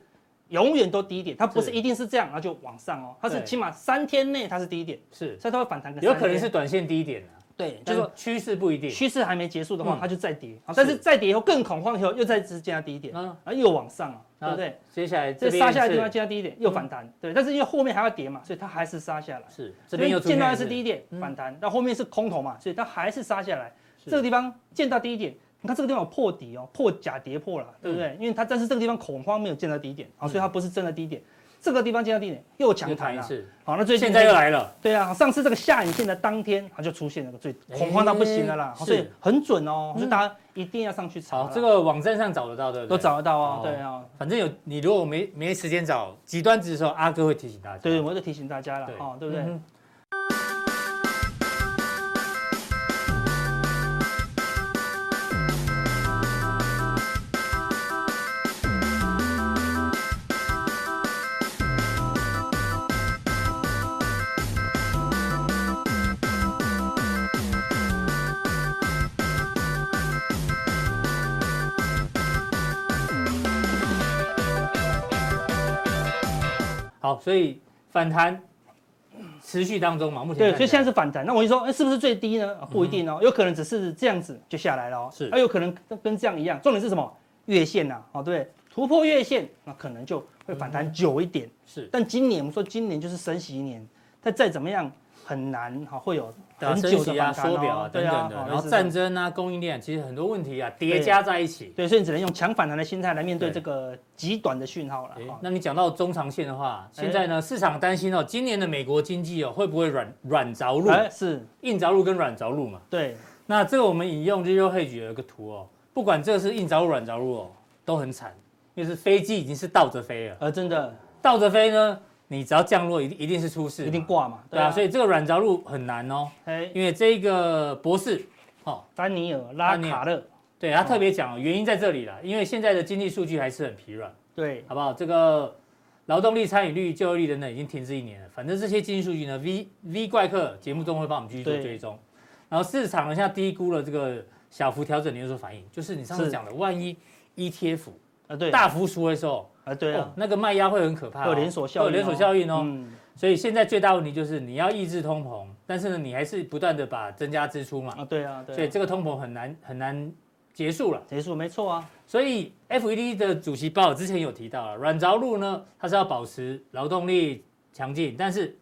Speaker 3: 永远都低点，它不是
Speaker 2: 是
Speaker 3: 一定是这样，然后就往上哦，它是
Speaker 2: 对
Speaker 3: 起码三天内它是低点，
Speaker 2: 是，
Speaker 3: 所以它会反弹个
Speaker 2: 有
Speaker 3: 三天。
Speaker 2: 可能是短线低点啊，
Speaker 3: 对，
Speaker 2: 就
Speaker 3: 就是是
Speaker 2: 说趋势不一定。
Speaker 3: 趋势还没结束的话
Speaker 2: 嗯，
Speaker 3: 它就再跌，好但是再跌以后更恐慌以后又再次见到低点，
Speaker 2: 嗯
Speaker 3: 然后又往上啊，对不对？？
Speaker 2: 接下来
Speaker 3: 这
Speaker 2: 这边
Speaker 3: 杀下来的地
Speaker 2: 是
Speaker 3: 方见到低点又反弹，对，但是因为后面还要跌嘛，所以它还是杀下来。
Speaker 2: 是这
Speaker 3: 这
Speaker 2: 边
Speaker 3: 边
Speaker 2: 又出
Speaker 3: 见到
Speaker 2: 现
Speaker 3: 一次低点
Speaker 2: 嗯
Speaker 3: 反弹，到后面是空头嘛，所以它还是杀下来。
Speaker 2: 是
Speaker 3: 这个地方见到低点，你看这个地方有破底哦，破假跌破了，对
Speaker 2: 嗯
Speaker 3: 不对？因为它但是这个地方恐慌没有见到低点，好，所以它不是真的低点。这个地方见到低点又强
Speaker 2: 又
Speaker 3: 弹
Speaker 2: 弹一
Speaker 3: 了，
Speaker 2: 次，
Speaker 3: 好，那最近
Speaker 2: 现在又来了，
Speaker 3: 对啊，上次这个下影线的当天，它就出现了个最恐慌到不行的啦，
Speaker 2: 哎
Speaker 3: 所以
Speaker 2: 是
Speaker 3: 很准哦，
Speaker 2: 嗯
Speaker 3: 所以大家一定要上去查啦。
Speaker 2: 好，这个网站上找得到，对不对？
Speaker 3: 都，找得到哦
Speaker 2: 哦，
Speaker 3: 对啊，
Speaker 2: 反正有你如果没没时间找极端值的时候，阿哥会提醒大家。
Speaker 3: 对，我就提醒大家了
Speaker 2: 对，
Speaker 3: 哦，对不对？
Speaker 2: 嗯好，所以反弹持续当中嘛，目前
Speaker 3: 对，
Speaker 2: 看
Speaker 3: 所以
Speaker 2: 起
Speaker 3: 现
Speaker 2: 来
Speaker 3: 在是反弹。那我就说，哎，是不是最低呢？啊不一定哦，有可能只是这样子就下来了哦，
Speaker 2: 嗯是
Speaker 3: 啊，有可能跟跟这样一样。重点是什么？月线呐，哦，对，突破月线，那可能就会反弹久一点。
Speaker 2: 是
Speaker 3: 但今年我们说今年就是升息一年，但再怎么样很难哈，会有
Speaker 2: 打
Speaker 3: 很
Speaker 2: 升
Speaker 3: 久的
Speaker 2: 息啊、
Speaker 3: 反弹
Speaker 2: 缩表
Speaker 3: 哦
Speaker 2: 啊，等等的，
Speaker 3: 哦
Speaker 2: 然后
Speaker 3: 是
Speaker 2: 战争啊、供应链，其实很多问题啊叠
Speaker 3: 对
Speaker 2: 加在一起。
Speaker 3: 对，所以你只能用强反弹的心态来面对
Speaker 2: 对
Speaker 3: 这个极短的讯号了
Speaker 2: 诶。
Speaker 3: 哈
Speaker 2: 哦那你讲到中长线的话，
Speaker 3: 哎
Speaker 2: 现在呢，市场担心哦，今年的美国经济哦会不会软软着陆、
Speaker 3: 哎，是，
Speaker 2: 硬着陆跟软着陆嘛？
Speaker 3: 对，
Speaker 2: 那这个我们引用 Zero Hedge 有一个图哦，不管这是硬着陆、软着陆哦，都很惨，因为是飞机已经是倒着飞了，
Speaker 3: 呃，真的
Speaker 2: 倒着飞呢，你只要降落一定一定是出事嘛，
Speaker 3: 一定挂嘛，
Speaker 2: 对啊，所以这个软着陆很难哦，
Speaker 3: 哎，
Speaker 2: 因为这个博士哦，
Speaker 3: 丹尼尔拉
Speaker 2: 丹尼尔
Speaker 3: 卡勒，
Speaker 2: 对他特别讲哦、原因在这里啦，因为现在的经济数据还是很疲软。
Speaker 3: 对，
Speaker 2: 好不好？这个劳动力参与率、就业率等等已经停滞一年了。反正这些经济数据呢，V V 怪客节目中会帮我们继续做
Speaker 3: 对
Speaker 2: 追踪。然后市场呢，现在低估了这个小幅调整连锁反应，就是你上次
Speaker 3: 是
Speaker 2: 讲的，万一 ETF
Speaker 3: 啊对，
Speaker 2: 大幅赎回的时候，
Speaker 3: 啊对
Speaker 2: 哦
Speaker 3: 啊，
Speaker 2: 那个卖压会很可怕、哦，
Speaker 3: 会有连锁效应啊
Speaker 2: 会有连锁效应哦。
Speaker 3: 嗯，
Speaker 2: 所以现在最大问题就是你要抑制通膨，但是呢，你还是不断的把增加支出嘛，
Speaker 3: 啊对啊，对啊，
Speaker 2: 所以这个通膨很难很难结束了。
Speaker 3: 结束没错啊，
Speaker 2: 所以 FED 的主席鲍尔之前有提到了，软着陆呢，它是要保持劳动力强劲，但是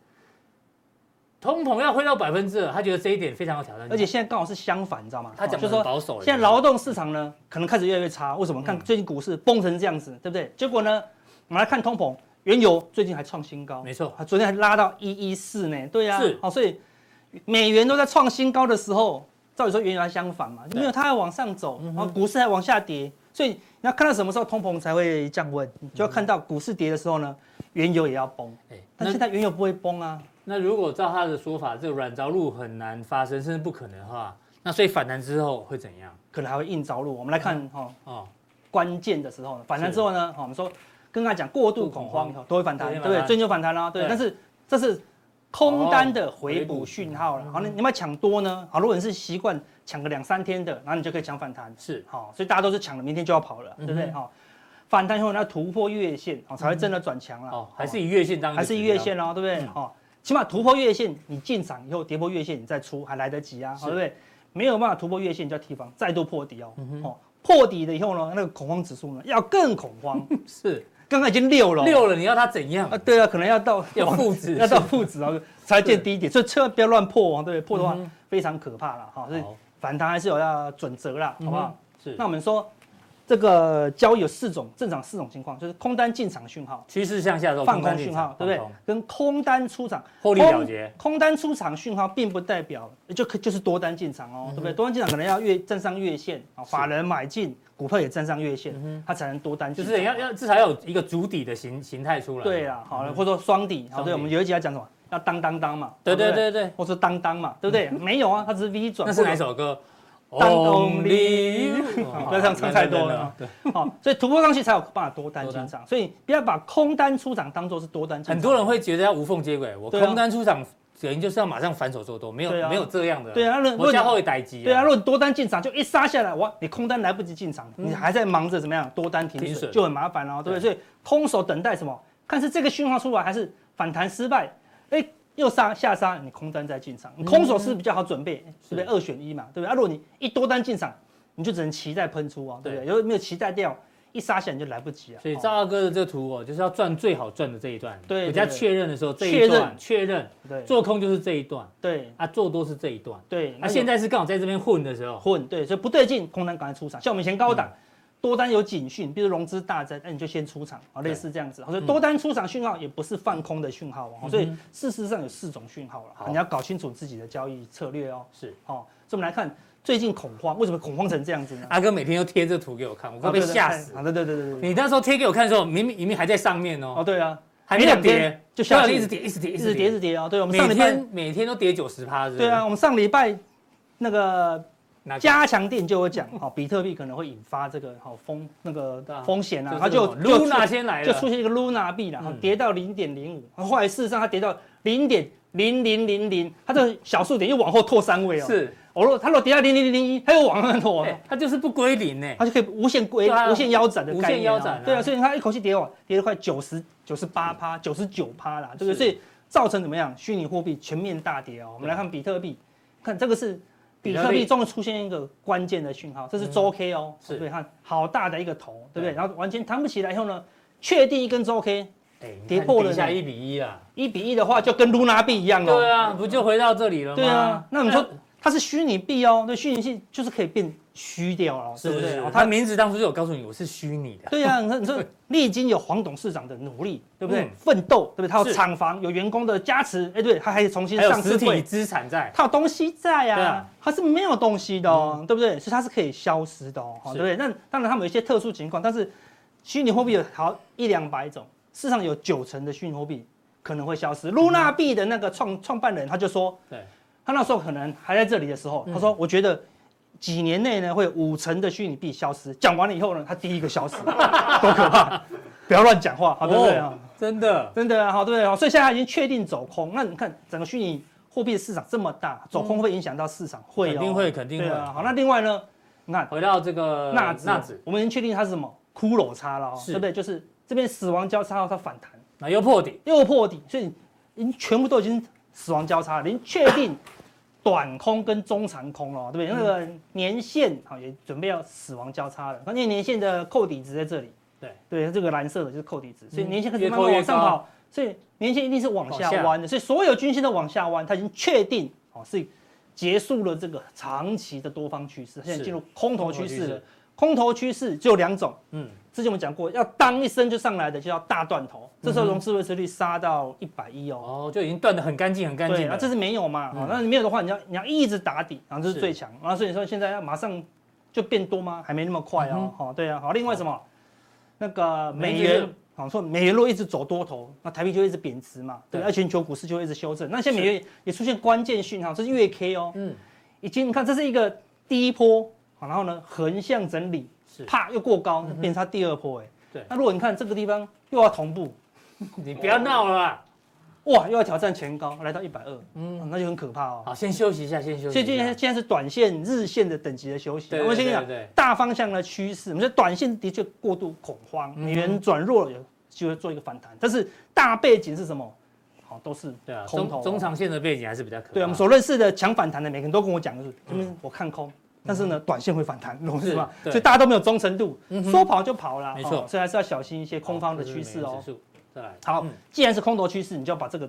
Speaker 2: 通膨要回到百分之二，他觉得这一点非常有挑战性。
Speaker 3: 而且现在刚好是相反，你知道吗？哦
Speaker 2: 他讲
Speaker 3: 就
Speaker 2: 的
Speaker 3: 说
Speaker 2: 很保守了，欸嗯
Speaker 3: 现在劳动市场呢，可能开始越来越差。为什么？看最近股市崩成这样子，对不对？结果呢，我们来看通膨，原油最近还创新高，
Speaker 2: 没错
Speaker 3: 啊，昨天还拉到一一四呢。对呀、
Speaker 2: 是
Speaker 3: 好、所以美元都在创新高的时候，照理说原油还相反嘛，
Speaker 2: 对嗯
Speaker 3: 没有它还往上走，然后股市还往下跌，所以你要看到什么时候通膨才会降温，你
Speaker 2: 嗯
Speaker 3: 就要看到股市跌的时候呢，原油也要崩。
Speaker 2: 哎
Speaker 3: 但现
Speaker 2: 那
Speaker 3: 在原油不会崩啊，
Speaker 2: 那如果照他的说法，这个软着陆很难发生，甚至不可能的话，那所以反弹之后会怎样？
Speaker 3: 可能还会硬着陆。我们来看哈、哦
Speaker 2: 哦，
Speaker 3: 关键的时候呢，反弹之后呢，好我们说跟大家讲过度恐慌以后都会反弹，
Speaker 2: 对
Speaker 3: 对不对
Speaker 2: 反？弹
Speaker 3: 最近就反弹啦，对
Speaker 2: 对。
Speaker 3: 但是这是空单的回补讯
Speaker 2: 哦
Speaker 3: 号了。好，你你们抢多呢？好，如果你是习惯抢个两三天的，然后你就可以抢反弹。
Speaker 2: 是
Speaker 3: 好，所以大家都是抢了，明天就要跑了，对不
Speaker 2: 嗯
Speaker 3: 对？好，反弹以后呢，要突破月线，好才会真的转强了。
Speaker 2: 哦，还是
Speaker 3: 好
Speaker 2: 以月线当一个
Speaker 3: 还是
Speaker 2: 指
Speaker 3: 一
Speaker 2: 标
Speaker 3: 月线哦，对不对
Speaker 2: 嗯？
Speaker 3: 哦，起码突破月线，你进场以后跌破月线，你再出还来得及啊，
Speaker 2: 是
Speaker 3: 好对不对？没有办法突破月线，你就要提防再度破底哦。
Speaker 2: 嗯
Speaker 3: 哦，破底了以后呢，那个恐慌指数呢要更恐 慌，
Speaker 2: 是
Speaker 3: 刚刚已经六了哦，
Speaker 2: 六了，你要它怎样
Speaker 3: 啊，？对啊，可能要到
Speaker 2: 要负值
Speaker 3: 要到负值哦，才见低点，所以千万不要乱破哦，对不对？破的话非常可怕了哈，所以
Speaker 2: 嗯好
Speaker 3: 反弹还是有要准则啦，好不好？
Speaker 2: 嗯哼是
Speaker 3: 那我们说这个交易有四种正常四种情况，就是空单进场讯号、
Speaker 2: 趋势向下的时候
Speaker 3: 放
Speaker 2: 哦空
Speaker 3: 空
Speaker 2: 进
Speaker 3: 讯
Speaker 2: 场
Speaker 3: 号，对不对
Speaker 2: 放空？
Speaker 3: 跟空单出场
Speaker 2: 获利
Speaker 3: 空
Speaker 2: 了结
Speaker 3: 空单出场讯号并不代表就可就是多单进场哦，
Speaker 2: 嗯
Speaker 3: 对不对？多单进场可能要月站上月线啊，法人买进股票也站上月线，它才能多单
Speaker 2: 嗯就
Speaker 3: 进场。
Speaker 2: 是要要至少要有一个主底的形形态出来。
Speaker 3: 对啊啦，好了，或者说双底，好，
Speaker 2: 双底
Speaker 3: 对，我们有一集要讲什么？要当当当嘛，
Speaker 2: 对
Speaker 3: 好哦对
Speaker 2: 对
Speaker 3: 不
Speaker 2: 对对，
Speaker 3: 或是当当嘛，对不对？没有啊，它只是 V 转。
Speaker 2: 那是哪一首歌
Speaker 3: 当咚
Speaker 2: Only
Speaker 3: 哩
Speaker 2: you 哦
Speaker 3: 不要这样哦唱太多了
Speaker 2: 对，
Speaker 3: 好，哦所以突破上去才有办法多单
Speaker 2: 多单
Speaker 3: 进场，所以不要把空单出场当做是多单进场。
Speaker 2: 很多人会觉得要无缝接轨，我
Speaker 3: 对啊
Speaker 2: 空单出场等于就是要马上反手做多，没有
Speaker 3: 对啊
Speaker 2: 没有这样的。
Speaker 3: 对啊，那如
Speaker 2: 我
Speaker 3: 果你
Speaker 2: 加后会逮鸡。
Speaker 3: 对啊，如果你多单进场就一杀下来，哇，你空单来不及进场，你还在忙着怎么样多单停
Speaker 2: 嗯停
Speaker 3: 损
Speaker 2: 损
Speaker 3: 就很麻烦哦，对不对？所以空手等待什么？看是这个讯号出来，还是反弹失败？哎，又杀下杀，你空单再进场，
Speaker 2: 嗯
Speaker 3: 你空手是比较好准备，对不对？二选一嘛，对不对？啊，如果你一多单进场，你就只能期待喷出啊，对不对？有没有期待掉，一杀下来你就来不及啊。
Speaker 2: 所以
Speaker 3: 哦
Speaker 2: 赵大哥的这图哦，就是要赚最好赚的这一段。
Speaker 3: 对对
Speaker 2: 人家确认的时候这
Speaker 3: 确
Speaker 2: 一
Speaker 3: 认
Speaker 2: 段确认
Speaker 3: 对
Speaker 2: 做空就是这一段
Speaker 3: 对
Speaker 2: 啊，做多是这一段。
Speaker 3: 对，
Speaker 2: 那
Speaker 3: 那
Speaker 2: 现
Speaker 3: 现在
Speaker 2: 在是刚好在这边混的时候，
Speaker 3: 混对，所以不对劲，空单赶快出场。像我们以前高档。
Speaker 2: 嗯
Speaker 3: 多单有警讯，比如融资大增，那你就先出场啊，类似这样子。所
Speaker 2: 嗯
Speaker 3: 以多单出场讯号也不是放空的讯号哦，所以事实上有四种讯号了，哦
Speaker 2: 好
Speaker 3: 你要搞清楚自己的交易策略哦。
Speaker 2: 是
Speaker 3: 哦，所以我们来看最近恐慌，为什么恐慌成这样子呢？
Speaker 2: 阿哥每天都贴这图给我看，我快
Speaker 3: 啊
Speaker 2: 被
Speaker 3: 对对
Speaker 2: 吓
Speaker 3: 对
Speaker 2: 死。
Speaker 3: 啊！对对对对对，
Speaker 2: 你那时候贴给我看的时候，明明明明还在上面
Speaker 3: 哦
Speaker 2: 哦，
Speaker 3: 对啊，
Speaker 2: 还没有
Speaker 3: 没两天
Speaker 2: 跌，
Speaker 3: 就下去
Speaker 2: 对啊一直跌，一直跌，
Speaker 3: 一
Speaker 2: 一
Speaker 3: 直
Speaker 2: 直
Speaker 3: 跌一
Speaker 2: 跌
Speaker 3: 直，跌哦。对，我们
Speaker 2: 每
Speaker 3: 上礼拜
Speaker 2: 天每天都跌九十趴，是不是
Speaker 3: 对啊，，我们上礼拜那个
Speaker 2: 哪个
Speaker 3: 加强店就有讲，哦，比特币可能会引发这个好风那个
Speaker 2: 对啊
Speaker 3: 风险啊，它
Speaker 2: 它
Speaker 3: 就
Speaker 2: 就
Speaker 3: 就
Speaker 2: Luna 先来
Speaker 3: 就
Speaker 2: 了，
Speaker 3: 出现一个 Luna 币啦，哦
Speaker 2: 嗯
Speaker 3: 跌到零点零五，哦后来事实上它跌到零点零零零零，它这个小数点又往后拓三位哦。，
Speaker 2: 是，
Speaker 3: 我若它若跌到零零零零一，它又往后拓，
Speaker 2: 哎它就是不归零呢。
Speaker 3: 它就可以无限归
Speaker 2: 对啊
Speaker 3: 无限腰斩的概念
Speaker 2: 无
Speaker 3: 啊
Speaker 2: 限腰斩啊嗯
Speaker 3: 对啊，所以它一口气跌完，跌了快九十九十八趴，九十九趴啦，对不对？
Speaker 2: 是
Speaker 3: 所以造成怎么样？虚拟货币全面大跌哦。我们来看比特币，看这个是。比
Speaker 2: 比
Speaker 3: 特
Speaker 2: 特币嗯
Speaker 3: 币终于出现一个关键的讯号，这是周 K 哦，
Speaker 2: 是
Speaker 3: 对，看好大的一个头，对不对？
Speaker 2: 对
Speaker 3: 然后完全弹不起来以后呢，确定一根周 K，
Speaker 2: 哎，你看
Speaker 3: 跌破了
Speaker 2: 底下
Speaker 3: 呢
Speaker 2: 一比一啊。
Speaker 3: 一比一的话，就跟卢娜币一样喽。哦
Speaker 2: 对，啊，不就回到这里了吗？哎
Speaker 3: 对啊。那我们说它是虚拟币哦，对，虚拟币就是可以变虚掉了，
Speaker 2: 是
Speaker 3: 对不
Speaker 2: 不
Speaker 3: 对
Speaker 2: 是？？
Speaker 3: 哦
Speaker 2: 他名字当初就有告诉你，我是虚拟的。
Speaker 3: 对啊，你看，你说历经有黄董事长的努力，对不对
Speaker 2: 嗯？
Speaker 3: 奋斗，对不对？他有
Speaker 2: 是
Speaker 3: 厂房，有员工的加持，哎，对，他还重新
Speaker 2: 还有
Speaker 3: 上市
Speaker 2: 实体
Speaker 3: 柜，
Speaker 2: 资产在，
Speaker 3: 他有东西在
Speaker 2: 对
Speaker 3: 啊
Speaker 2: 啊，嗯
Speaker 3: 他是没有东西的哦，对不对？所以它是可以消失的哦，哦对
Speaker 2: 是
Speaker 3: 不对？那当然他们有一些特殊情况，但是虚拟货币有好一两百种，市场有九成的虚拟货币可能会消
Speaker 2: 嗯
Speaker 3: 失。露娜币的那个创创办人他就说，
Speaker 2: 对，
Speaker 3: 他那时候可能还在这里的时
Speaker 2: 嗯
Speaker 3: 候，他说：“我觉得几年内呢，会有五成的虚拟币消失。”讲完了以后呢，他第一个 消失，多可怕！不要乱讲话，好对不对啊？
Speaker 2: 哦真的，
Speaker 3: 真的啊，好对不对啊？所以现在已经确定走空。那你看整个虚拟货币市场这么大，走空会不会影响到市场？会哦，
Speaker 2: 肯定会，肯定
Speaker 3: 对啊。好，
Speaker 2: 会。
Speaker 3: 那另外呢，你看
Speaker 2: 回到这个
Speaker 3: 纳指，
Speaker 2: 纳指，
Speaker 3: 我们已经确定它是什么骷髅叉了哦，
Speaker 2: 是
Speaker 3: 对不对？就是这边死亡交叉后它反弹。
Speaker 2: 那又破底，
Speaker 3: 又破底，所以您全部都已经死亡交叉了，您确定短空跟中长空了，对不对？那个年限啊也准备要死亡交叉了，关键年限的扣底值在这里，
Speaker 2: 对
Speaker 3: 对，这个蓝色的就是扣底值，所以
Speaker 2: 嗯
Speaker 3: 年限开始
Speaker 2: 越
Speaker 3: 慢慢
Speaker 2: 扣越
Speaker 3: 往上
Speaker 2: 高
Speaker 3: 跑，所以年限一定是往
Speaker 2: 往
Speaker 3: 下
Speaker 2: 下
Speaker 3: 弯的，所以所有均线都往下弯，它已经确定哦是结束了这个长期的多方趋势，现在
Speaker 2: 是
Speaker 3: 进入空头
Speaker 2: 空头
Speaker 3: 趋
Speaker 2: 趋
Speaker 3: 势了
Speaker 2: 势。
Speaker 3: 空头趋势只有两种，
Speaker 2: 嗯，
Speaker 3: 之前我们讲过，要当一声就上来的就叫大断头，这时候融资维持率杀到一百一哦。
Speaker 2: 嗯哦，就已经断得很干净，很干
Speaker 3: 对，
Speaker 2: 净
Speaker 3: 那
Speaker 2: 了。嗯
Speaker 3: 这是没有嘛？哦，那你没有的话，你要你要一直打底，然后这是最强。然后所以说现在要马上就变多吗？还没那么快
Speaker 2: 嗯
Speaker 3: 哦。好，对啊。好，另外什么？那个美
Speaker 2: 美元
Speaker 3: 元，好说美元如果一直走多头，那台币就一直贬值嘛，对，
Speaker 2: 对
Speaker 3: 而全球股市就会一直修正。那现在美元也出现关键讯号，这是月 K 哦，
Speaker 2: 嗯，
Speaker 3: 已经你看这是一个第一波，好然后呢横向整理，
Speaker 2: 是嗯
Speaker 3: 啪又过高，变成它第二波哎。
Speaker 2: 对
Speaker 3: 那如果你看这个地方又要同步，
Speaker 2: 你不要闹了啦。
Speaker 3: 哇，又要挑战前高，来到一百二，嗯，那就很可怕哦。
Speaker 2: 好，先休息一下，先休息
Speaker 3: 所以
Speaker 2: 一
Speaker 3: 今天
Speaker 2: 下。
Speaker 3: 现在是短线、日线的等级的休息。
Speaker 2: 对对
Speaker 3: 我们先跟你
Speaker 2: 对对
Speaker 3: 讲
Speaker 2: 对
Speaker 3: 大方向的趋势。我们说短线的确过度恐慌，
Speaker 2: 嗯
Speaker 3: 美元转弱有就会做一个反弹，但是大背景是什么？好，都是
Speaker 2: 对啊，
Speaker 3: 空头
Speaker 2: 中
Speaker 3: 哦
Speaker 2: 中长线的背景还是比较可怕。
Speaker 3: 对我们所认识的强反弹的，每个人都跟我讲的是，
Speaker 2: 嗯
Speaker 3: 因为我看空，但是呢，短线会反弹，懂是吧？
Speaker 2: 对
Speaker 3: 所以大家都没有忠诚度，
Speaker 2: 嗯
Speaker 3: 说跑就跑啦。
Speaker 2: 没错
Speaker 3: 哦所以还是要小心一些
Speaker 2: 好
Speaker 3: 空方的
Speaker 2: 这是
Speaker 3: 趋势
Speaker 2: 美元
Speaker 3: 哦
Speaker 2: 指。数再来，
Speaker 3: 好
Speaker 2: 嗯，
Speaker 3: 既然是空头趋势，你就要把这个，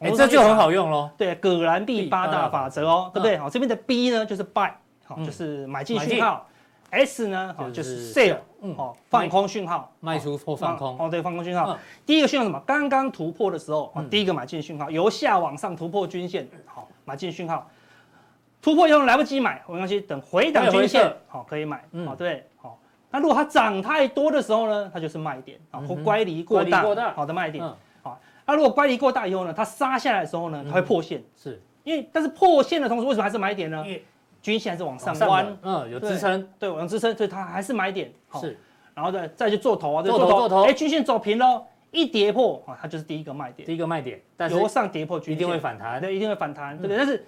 Speaker 2: 哎，这就很。好用喽。
Speaker 3: 对，葛兰碧八大法则哦，对
Speaker 2: 嗯
Speaker 3: 不对？好，这边的 B 呢就是 buy，好，
Speaker 2: 嗯
Speaker 3: 就是买进
Speaker 2: 买进
Speaker 3: 讯号。 S 呢，哦，就
Speaker 2: 就是
Speaker 3: 是 sell，
Speaker 2: 嗯
Speaker 3: 哦，放空讯号，
Speaker 2: 卖出或放空，
Speaker 3: 哦，对，放空讯号
Speaker 2: 嗯。
Speaker 3: 第一个讯号是什么？刚刚突破的时候，哦
Speaker 2: 嗯，
Speaker 3: 第一个买进讯号，由下往上突破均线，好，买进讯号。突破以后来不及买，我们去等回档均
Speaker 2: 还有
Speaker 3: 线
Speaker 2: 回撤，
Speaker 3: 好可以买，
Speaker 2: 嗯
Speaker 3: 好对，好。那如果它涨太多的时候呢，它就是卖点，啊，
Speaker 2: 嗯
Speaker 3: 或
Speaker 2: 哼
Speaker 3: 乖离过
Speaker 2: 乖
Speaker 3: 大
Speaker 2: 离过大，
Speaker 3: 好的卖点。
Speaker 2: 嗯，
Speaker 3: 那如果乖离过大以后呢，它杀下来的时候呢，它会破线，
Speaker 2: 是
Speaker 3: 因为但是破线的同时，为什么还是买点呢
Speaker 2: 因？为
Speaker 3: 均线还是往哦上
Speaker 2: 往上
Speaker 3: 弯
Speaker 2: 弯，，嗯，有支撑，
Speaker 3: 对，往上支撑，所以它还是买点。好
Speaker 2: 是
Speaker 3: 然后再再去做头啊，再
Speaker 2: 做头做头
Speaker 3: 哎，均线走平喽，一跌破啊，它就是第一个卖点，
Speaker 2: 第一个卖点，但是
Speaker 3: 由上跌破均
Speaker 2: 一
Speaker 3: 线，
Speaker 2: 定会反弹。嗯
Speaker 3: 对，一定会反弹，对不对？但是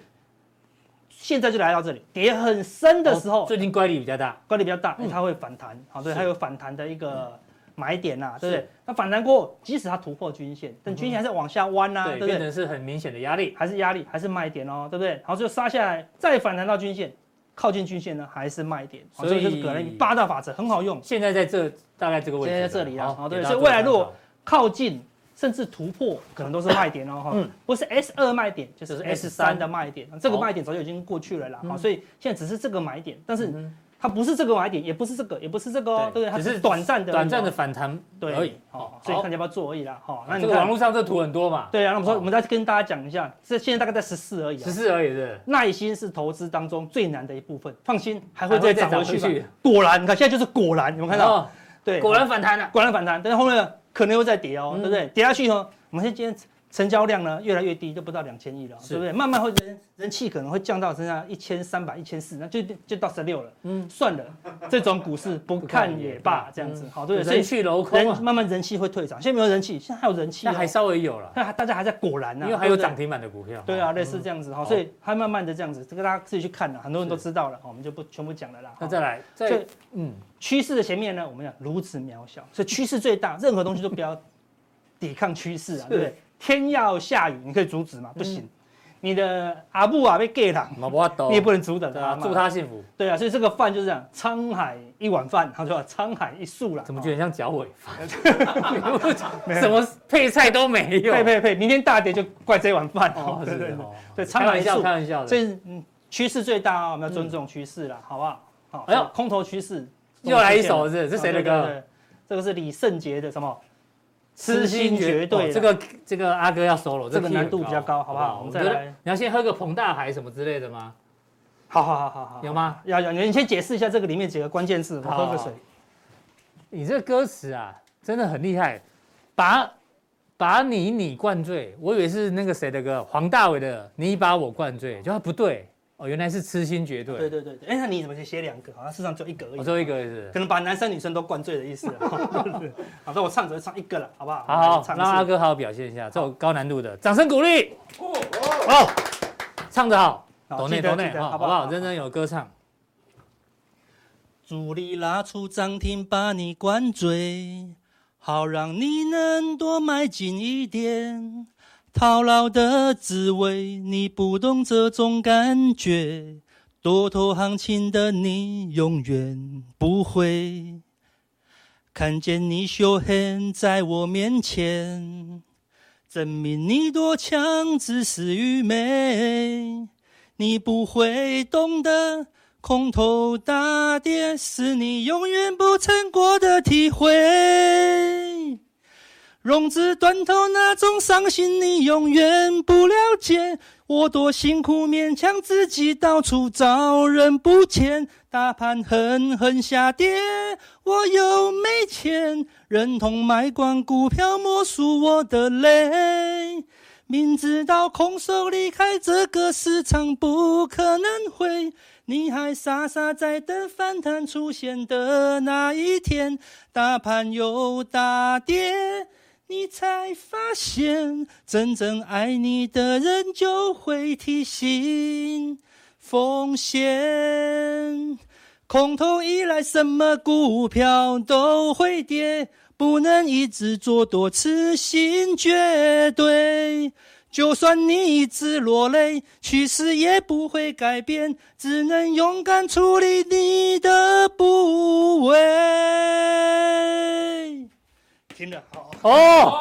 Speaker 3: 现在就来到这里，跌很深的时候，
Speaker 2: 哦最近乖离比较大，
Speaker 3: 乖离比较大，
Speaker 2: 嗯
Speaker 3: 它会反弹，好，对，
Speaker 2: 是嗯
Speaker 3: 它有反弹的一个买点呐，对不
Speaker 2: 是嗯
Speaker 3: 对？那反弹过后，即使它突破均线，但均线还是往下弯啊呐，对
Speaker 2: 对，
Speaker 3: 不
Speaker 2: 变
Speaker 3: 对？
Speaker 2: 成是很明显的压力，
Speaker 3: 还是压力，还是卖点哦，对不对？然后就杀下来，再反弹到均线，靠近均线呢，还是卖点，好
Speaker 2: 所
Speaker 3: 这
Speaker 2: 以
Speaker 3: 个就是格雷米八大法则，很好用。
Speaker 2: 现在在这大概这个位置，
Speaker 3: 现在在这里啊
Speaker 2: 好
Speaker 3: 哦对
Speaker 2: 给大家
Speaker 3: 所以未来
Speaker 2: 做个
Speaker 3: 如果靠近甚至突破，可能都是卖点哦。哈、
Speaker 2: 嗯
Speaker 3: 不是 S 二卖点，就
Speaker 2: 就是是
Speaker 3: S
Speaker 2: S3
Speaker 3: 三的卖点，这个卖点早就已经过去了啦。哈、
Speaker 2: 嗯
Speaker 3: 所以现在只是这个买点，但
Speaker 2: 参
Speaker 3: 是
Speaker 2: 考嗯
Speaker 3: 它不是这个买点，也不是这个，也不是这个哦，
Speaker 2: 对
Speaker 3: 对不对？它
Speaker 2: 只是
Speaker 3: 短暂的而已哦，
Speaker 2: 短暂的反弹
Speaker 3: 对
Speaker 2: 而已。
Speaker 3: 哦
Speaker 2: 哦，，
Speaker 3: 所以
Speaker 2: 好
Speaker 3: 看你要不要做而已啦。哈、那你
Speaker 2: 这
Speaker 3: 看
Speaker 2: 个网络上这图很多嘛，
Speaker 3: 对啊，那我们说，
Speaker 2: 哦
Speaker 3: 我们再跟大家讲一下，这现在大概在十四而已、啊。
Speaker 2: 十四而已是
Speaker 3: 耐心是投资当中最难的一部分，放心，还会
Speaker 2: 还
Speaker 3: 再
Speaker 2: 会再
Speaker 3: 涨
Speaker 2: 涨
Speaker 3: 回去
Speaker 2: 回去
Speaker 3: 吧。果然，你看现在就是果然，有没有
Speaker 2: 不是，
Speaker 3: 看到？
Speaker 2: 哦
Speaker 3: 对，
Speaker 2: 果然反弹了，
Speaker 3: 果然反弹，但是后面呢可能又再跌哦，
Speaker 2: 嗯
Speaker 3: 对不对？跌下去哦，我们现在今天成交量呢越来越低，就不到两千亿了，
Speaker 2: 是
Speaker 3: 对不对？慢慢会人人气可能会降到剩下一千三百、一千四，那就就到十六了。
Speaker 2: 嗯
Speaker 3: 嗯，算了，这种股市不看也罢，这样子
Speaker 2: 嗯
Speaker 3: 好，对不对？所
Speaker 2: 人
Speaker 3: 以哎
Speaker 2: 去楼空
Speaker 3: 人
Speaker 2: 啊，
Speaker 3: 慢慢人气会退场，现在没有人气，现在还有人气哦，
Speaker 2: 那还稍微有了，
Speaker 3: 那大家还在果然呢，
Speaker 2: 因为还有
Speaker 3: 对不对
Speaker 2: 涨。停板的股票。
Speaker 3: 对啊，
Speaker 2: 哦
Speaker 3: 类似这样子哈，
Speaker 2: 好
Speaker 3: 所以它慢慢的这样子，这个大家自己去看了，啊很多人都
Speaker 2: 是
Speaker 3: 知道了，好我们就不全部讲了啦。
Speaker 2: 那
Speaker 3: 好
Speaker 2: 再来，
Speaker 3: 所
Speaker 2: 再
Speaker 3: 以
Speaker 2: 嗯，
Speaker 3: 趋势的前面呢，我们讲如此渺小，所以趋势最大，任何东西都不要抵抗趋势 啊，对不对？天要下雨，你可以阻止吗？不
Speaker 2: 嗯
Speaker 3: 行，你的阿布啊被 gay 了，
Speaker 2: 毛不懂，
Speaker 3: 你也不能阻挡
Speaker 2: 对啊
Speaker 3: 他，
Speaker 2: 祝
Speaker 3: 嘛。
Speaker 2: 他幸福。
Speaker 3: 对啊，所以这个饭就是这样，沧海一碗饭，他说沧海一粟啦。
Speaker 2: 怎么
Speaker 3: 哦
Speaker 2: 觉得很像脚尾饭？ 什么配菜都没有。
Speaker 3: 呸呸呸！明天大跌就怪这碗饭
Speaker 2: 哦
Speaker 3: 哦，，对
Speaker 2: 是
Speaker 3: 对
Speaker 2: 的
Speaker 3: 对
Speaker 2: 哦，
Speaker 3: 对，
Speaker 2: 开
Speaker 3: 沧海
Speaker 2: 玩
Speaker 3: 一
Speaker 2: 笑，
Speaker 3: 粟
Speaker 2: 开。玩笑
Speaker 3: 所
Speaker 2: 的。
Speaker 3: 以嗯趋势最大啊，我们要尊重趋势啦，好不好？好，
Speaker 2: 哎
Speaker 3: 哎
Speaker 2: 呦
Speaker 3: 呦，空头趋势
Speaker 2: 又来一首是，这谁的
Speaker 3: 啊对
Speaker 2: 歌
Speaker 3: 对？对这个是李圣杰的什么？
Speaker 2: 痴
Speaker 3: 痴
Speaker 2: 心
Speaker 3: 心
Speaker 2: 绝
Speaker 3: 绝
Speaker 2: 对、
Speaker 3: 对
Speaker 2: 哦
Speaker 3: 啦
Speaker 2: 这个这个阿哥要 solo，
Speaker 3: 这个
Speaker 2: key
Speaker 3: 难度比较高好不好我
Speaker 2: 我们
Speaker 3: 们再
Speaker 2: 再来
Speaker 3: 来，
Speaker 2: 你要先喝个膨大海什么之类的吗？
Speaker 3: 好好好好好，
Speaker 2: 有吗？
Speaker 3: 要要，你先解释一下这个里面几个关键字，我
Speaker 2: 好
Speaker 3: 喝个水。
Speaker 2: 你这歌词啊，真的很厉害，把把你你灌醉，我以为是那个谁的歌，黄大炜的《你把我灌醉》，就它不对哦，原来是痴心绝对。
Speaker 3: 对对对对，哎，那你怎么写两个？好像市场只有一个而
Speaker 2: 我
Speaker 3: 已，
Speaker 2: 最后一个是
Speaker 3: 可，能把男生女生都灌醉的意思啊。 好，那我唱只会唱一个了，好不好？
Speaker 2: 好
Speaker 3: 我
Speaker 2: 好
Speaker 3: 们来
Speaker 2: 让阿
Speaker 3: 尝试。
Speaker 2: 哥好好表现一下，这种高难度的，掌声鼓励。哦，唱得好，
Speaker 3: 好
Speaker 2: 懂内
Speaker 3: 记得
Speaker 2: 懂内哦
Speaker 3: 记得
Speaker 2: 哈，好
Speaker 3: 好
Speaker 2: 不
Speaker 3: 不好
Speaker 2: 好？认真有歌唱，
Speaker 4: 主力拉出涨停把你灌醉，好让你能多买进一点。套牢的滋味，你不懂这种感觉。多头行情的你永远不会看见你秀恩在我面前，证明你多强只是愚昧。你不会懂得，空头大跌是你永远不曾过的体会。融资断头那种伤心，你永远不了解。我多辛苦，勉强自己到处找人不见。大盘狠狠下跌，我又没钱，忍痛卖光股票，默数我的泪。明知道空手离开这个市场不可能会，你还傻傻在等反弹出现的那一天，大盘又大跌，你才发现真正爱你的人就会提醒风险。空头一来，什么股票都会跌，不能一直做多，痴心绝对。就算你一直落泪，趋势也不会改变，只能勇敢处理你的部位。
Speaker 3: 听了，好，
Speaker 2: 哦，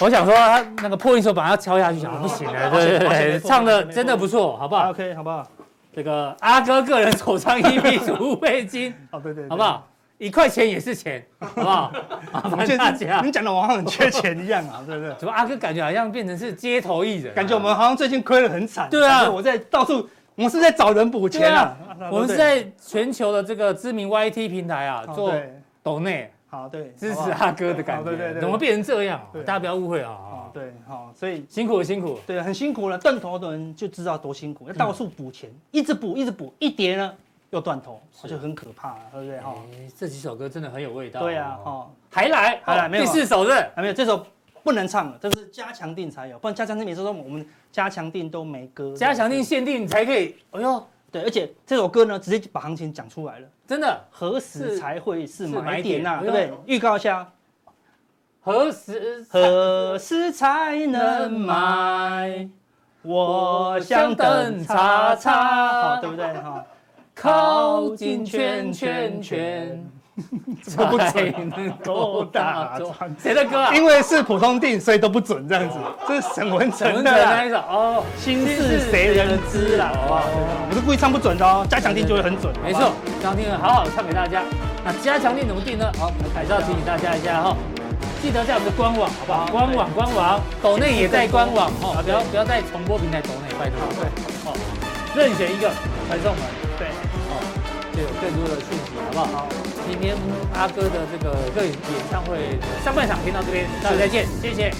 Speaker 2: 我想说他那个破音手把它敲下去，想不行了，对对
Speaker 3: 好险没
Speaker 2: 对，
Speaker 3: 破
Speaker 2: 唱的
Speaker 3: 没破
Speaker 2: 真的不错，好不
Speaker 3: 哦好
Speaker 2: 好？
Speaker 3: ，OK，好不好？
Speaker 2: 这个阿哥个人 E 手上一 笔储备金，
Speaker 3: 哦，对对，对
Speaker 2: 好不？好？一块钱也是钱，好不 好？麻
Speaker 3: 我们
Speaker 2: 烦
Speaker 3: 现在
Speaker 2: 大家
Speaker 3: 你。讲的我好像很缺钱一样啊，对 不对？
Speaker 2: 怎么阿哥感觉好像变成是街头艺人？啊
Speaker 3: 感觉我们好像最近亏得很惨。
Speaker 2: 对啊
Speaker 3: 感觉我在到处，我们是在找人补
Speaker 2: 对
Speaker 3: 钱
Speaker 2: 啊
Speaker 3: 啊。，
Speaker 2: 我们是
Speaker 3: 对
Speaker 2: 在全球的这个知名 YT 平台啊
Speaker 3: 哦
Speaker 2: 做
Speaker 3: 对
Speaker 2: 抖内
Speaker 3: 好对
Speaker 2: 支
Speaker 3: 好不
Speaker 2: 持
Speaker 3: 好
Speaker 2: 阿哥的感
Speaker 3: 哦对对
Speaker 2: 觉，
Speaker 3: 对
Speaker 2: 怎么变成这样啊？
Speaker 3: 对
Speaker 2: 大家不要误会啊啊！
Speaker 3: 哦对好，所以
Speaker 2: 辛苦了辛苦了，
Speaker 3: 对很辛苦了，断头的人就知道多辛
Speaker 2: 嗯
Speaker 3: 苦，要到处补钱，一直补一直补，一跌呢又断头，就很可怕了，对不对？哈，
Speaker 2: 哎这几首歌真的很有味道。
Speaker 3: 对啊，哈，
Speaker 2: 还来
Speaker 3: 还来
Speaker 2: 哦
Speaker 3: 没有
Speaker 2: 第
Speaker 3: 啊
Speaker 2: 四首是
Speaker 3: 还没有这首不能唱了，这是加强定才有，不然加强定每次都我们加强定都没歌。
Speaker 2: 加强定限定才可以，哎呦，
Speaker 3: 对，而且这首歌呢，直接把行情讲出来了。
Speaker 2: 真的
Speaker 3: 何时才会是
Speaker 2: 是买
Speaker 3: 买点呐、
Speaker 2: 点
Speaker 3: 对不对
Speaker 2: 哎呦？
Speaker 3: 预告一下，
Speaker 2: 何时
Speaker 3: 何时才能
Speaker 2: 能
Speaker 3: 买？
Speaker 2: 买？
Speaker 3: 我想等叉叉，好，对不对？哈，
Speaker 2: 靠近圈圈圈，才能够打中。 谁的歌 啊？
Speaker 3: 因为是普通定，所以都不准这样子。这是沈哦文
Speaker 2: 陈
Speaker 3: 成
Speaker 2: 文
Speaker 3: 的
Speaker 2: 成那
Speaker 3: 啦
Speaker 2: 一首哦，
Speaker 3: 心是谁人知啊啦，好不好？我们是故意唱不准的哦，加强定就会很准。
Speaker 2: 啊没
Speaker 3: 好
Speaker 2: 错
Speaker 3: 不好，
Speaker 2: 张定好好唱给大家。那加强定怎么定呢？好，还是要提醒大家一下哈，记得在我们的官网好不好？
Speaker 3: 好
Speaker 2: 官网官网，抖内也在官网
Speaker 3: 好
Speaker 2: 哦，不
Speaker 3: 对
Speaker 2: 要不要在重播平台抖内，拜托。
Speaker 3: 对
Speaker 2: 哦，任选一个传送门
Speaker 3: 对，
Speaker 2: 哦，就有更多的讯息，好不好？
Speaker 3: 好，
Speaker 2: 今天阿哥的这个个人演唱会的上半场听到这边，大家再见，谢谢。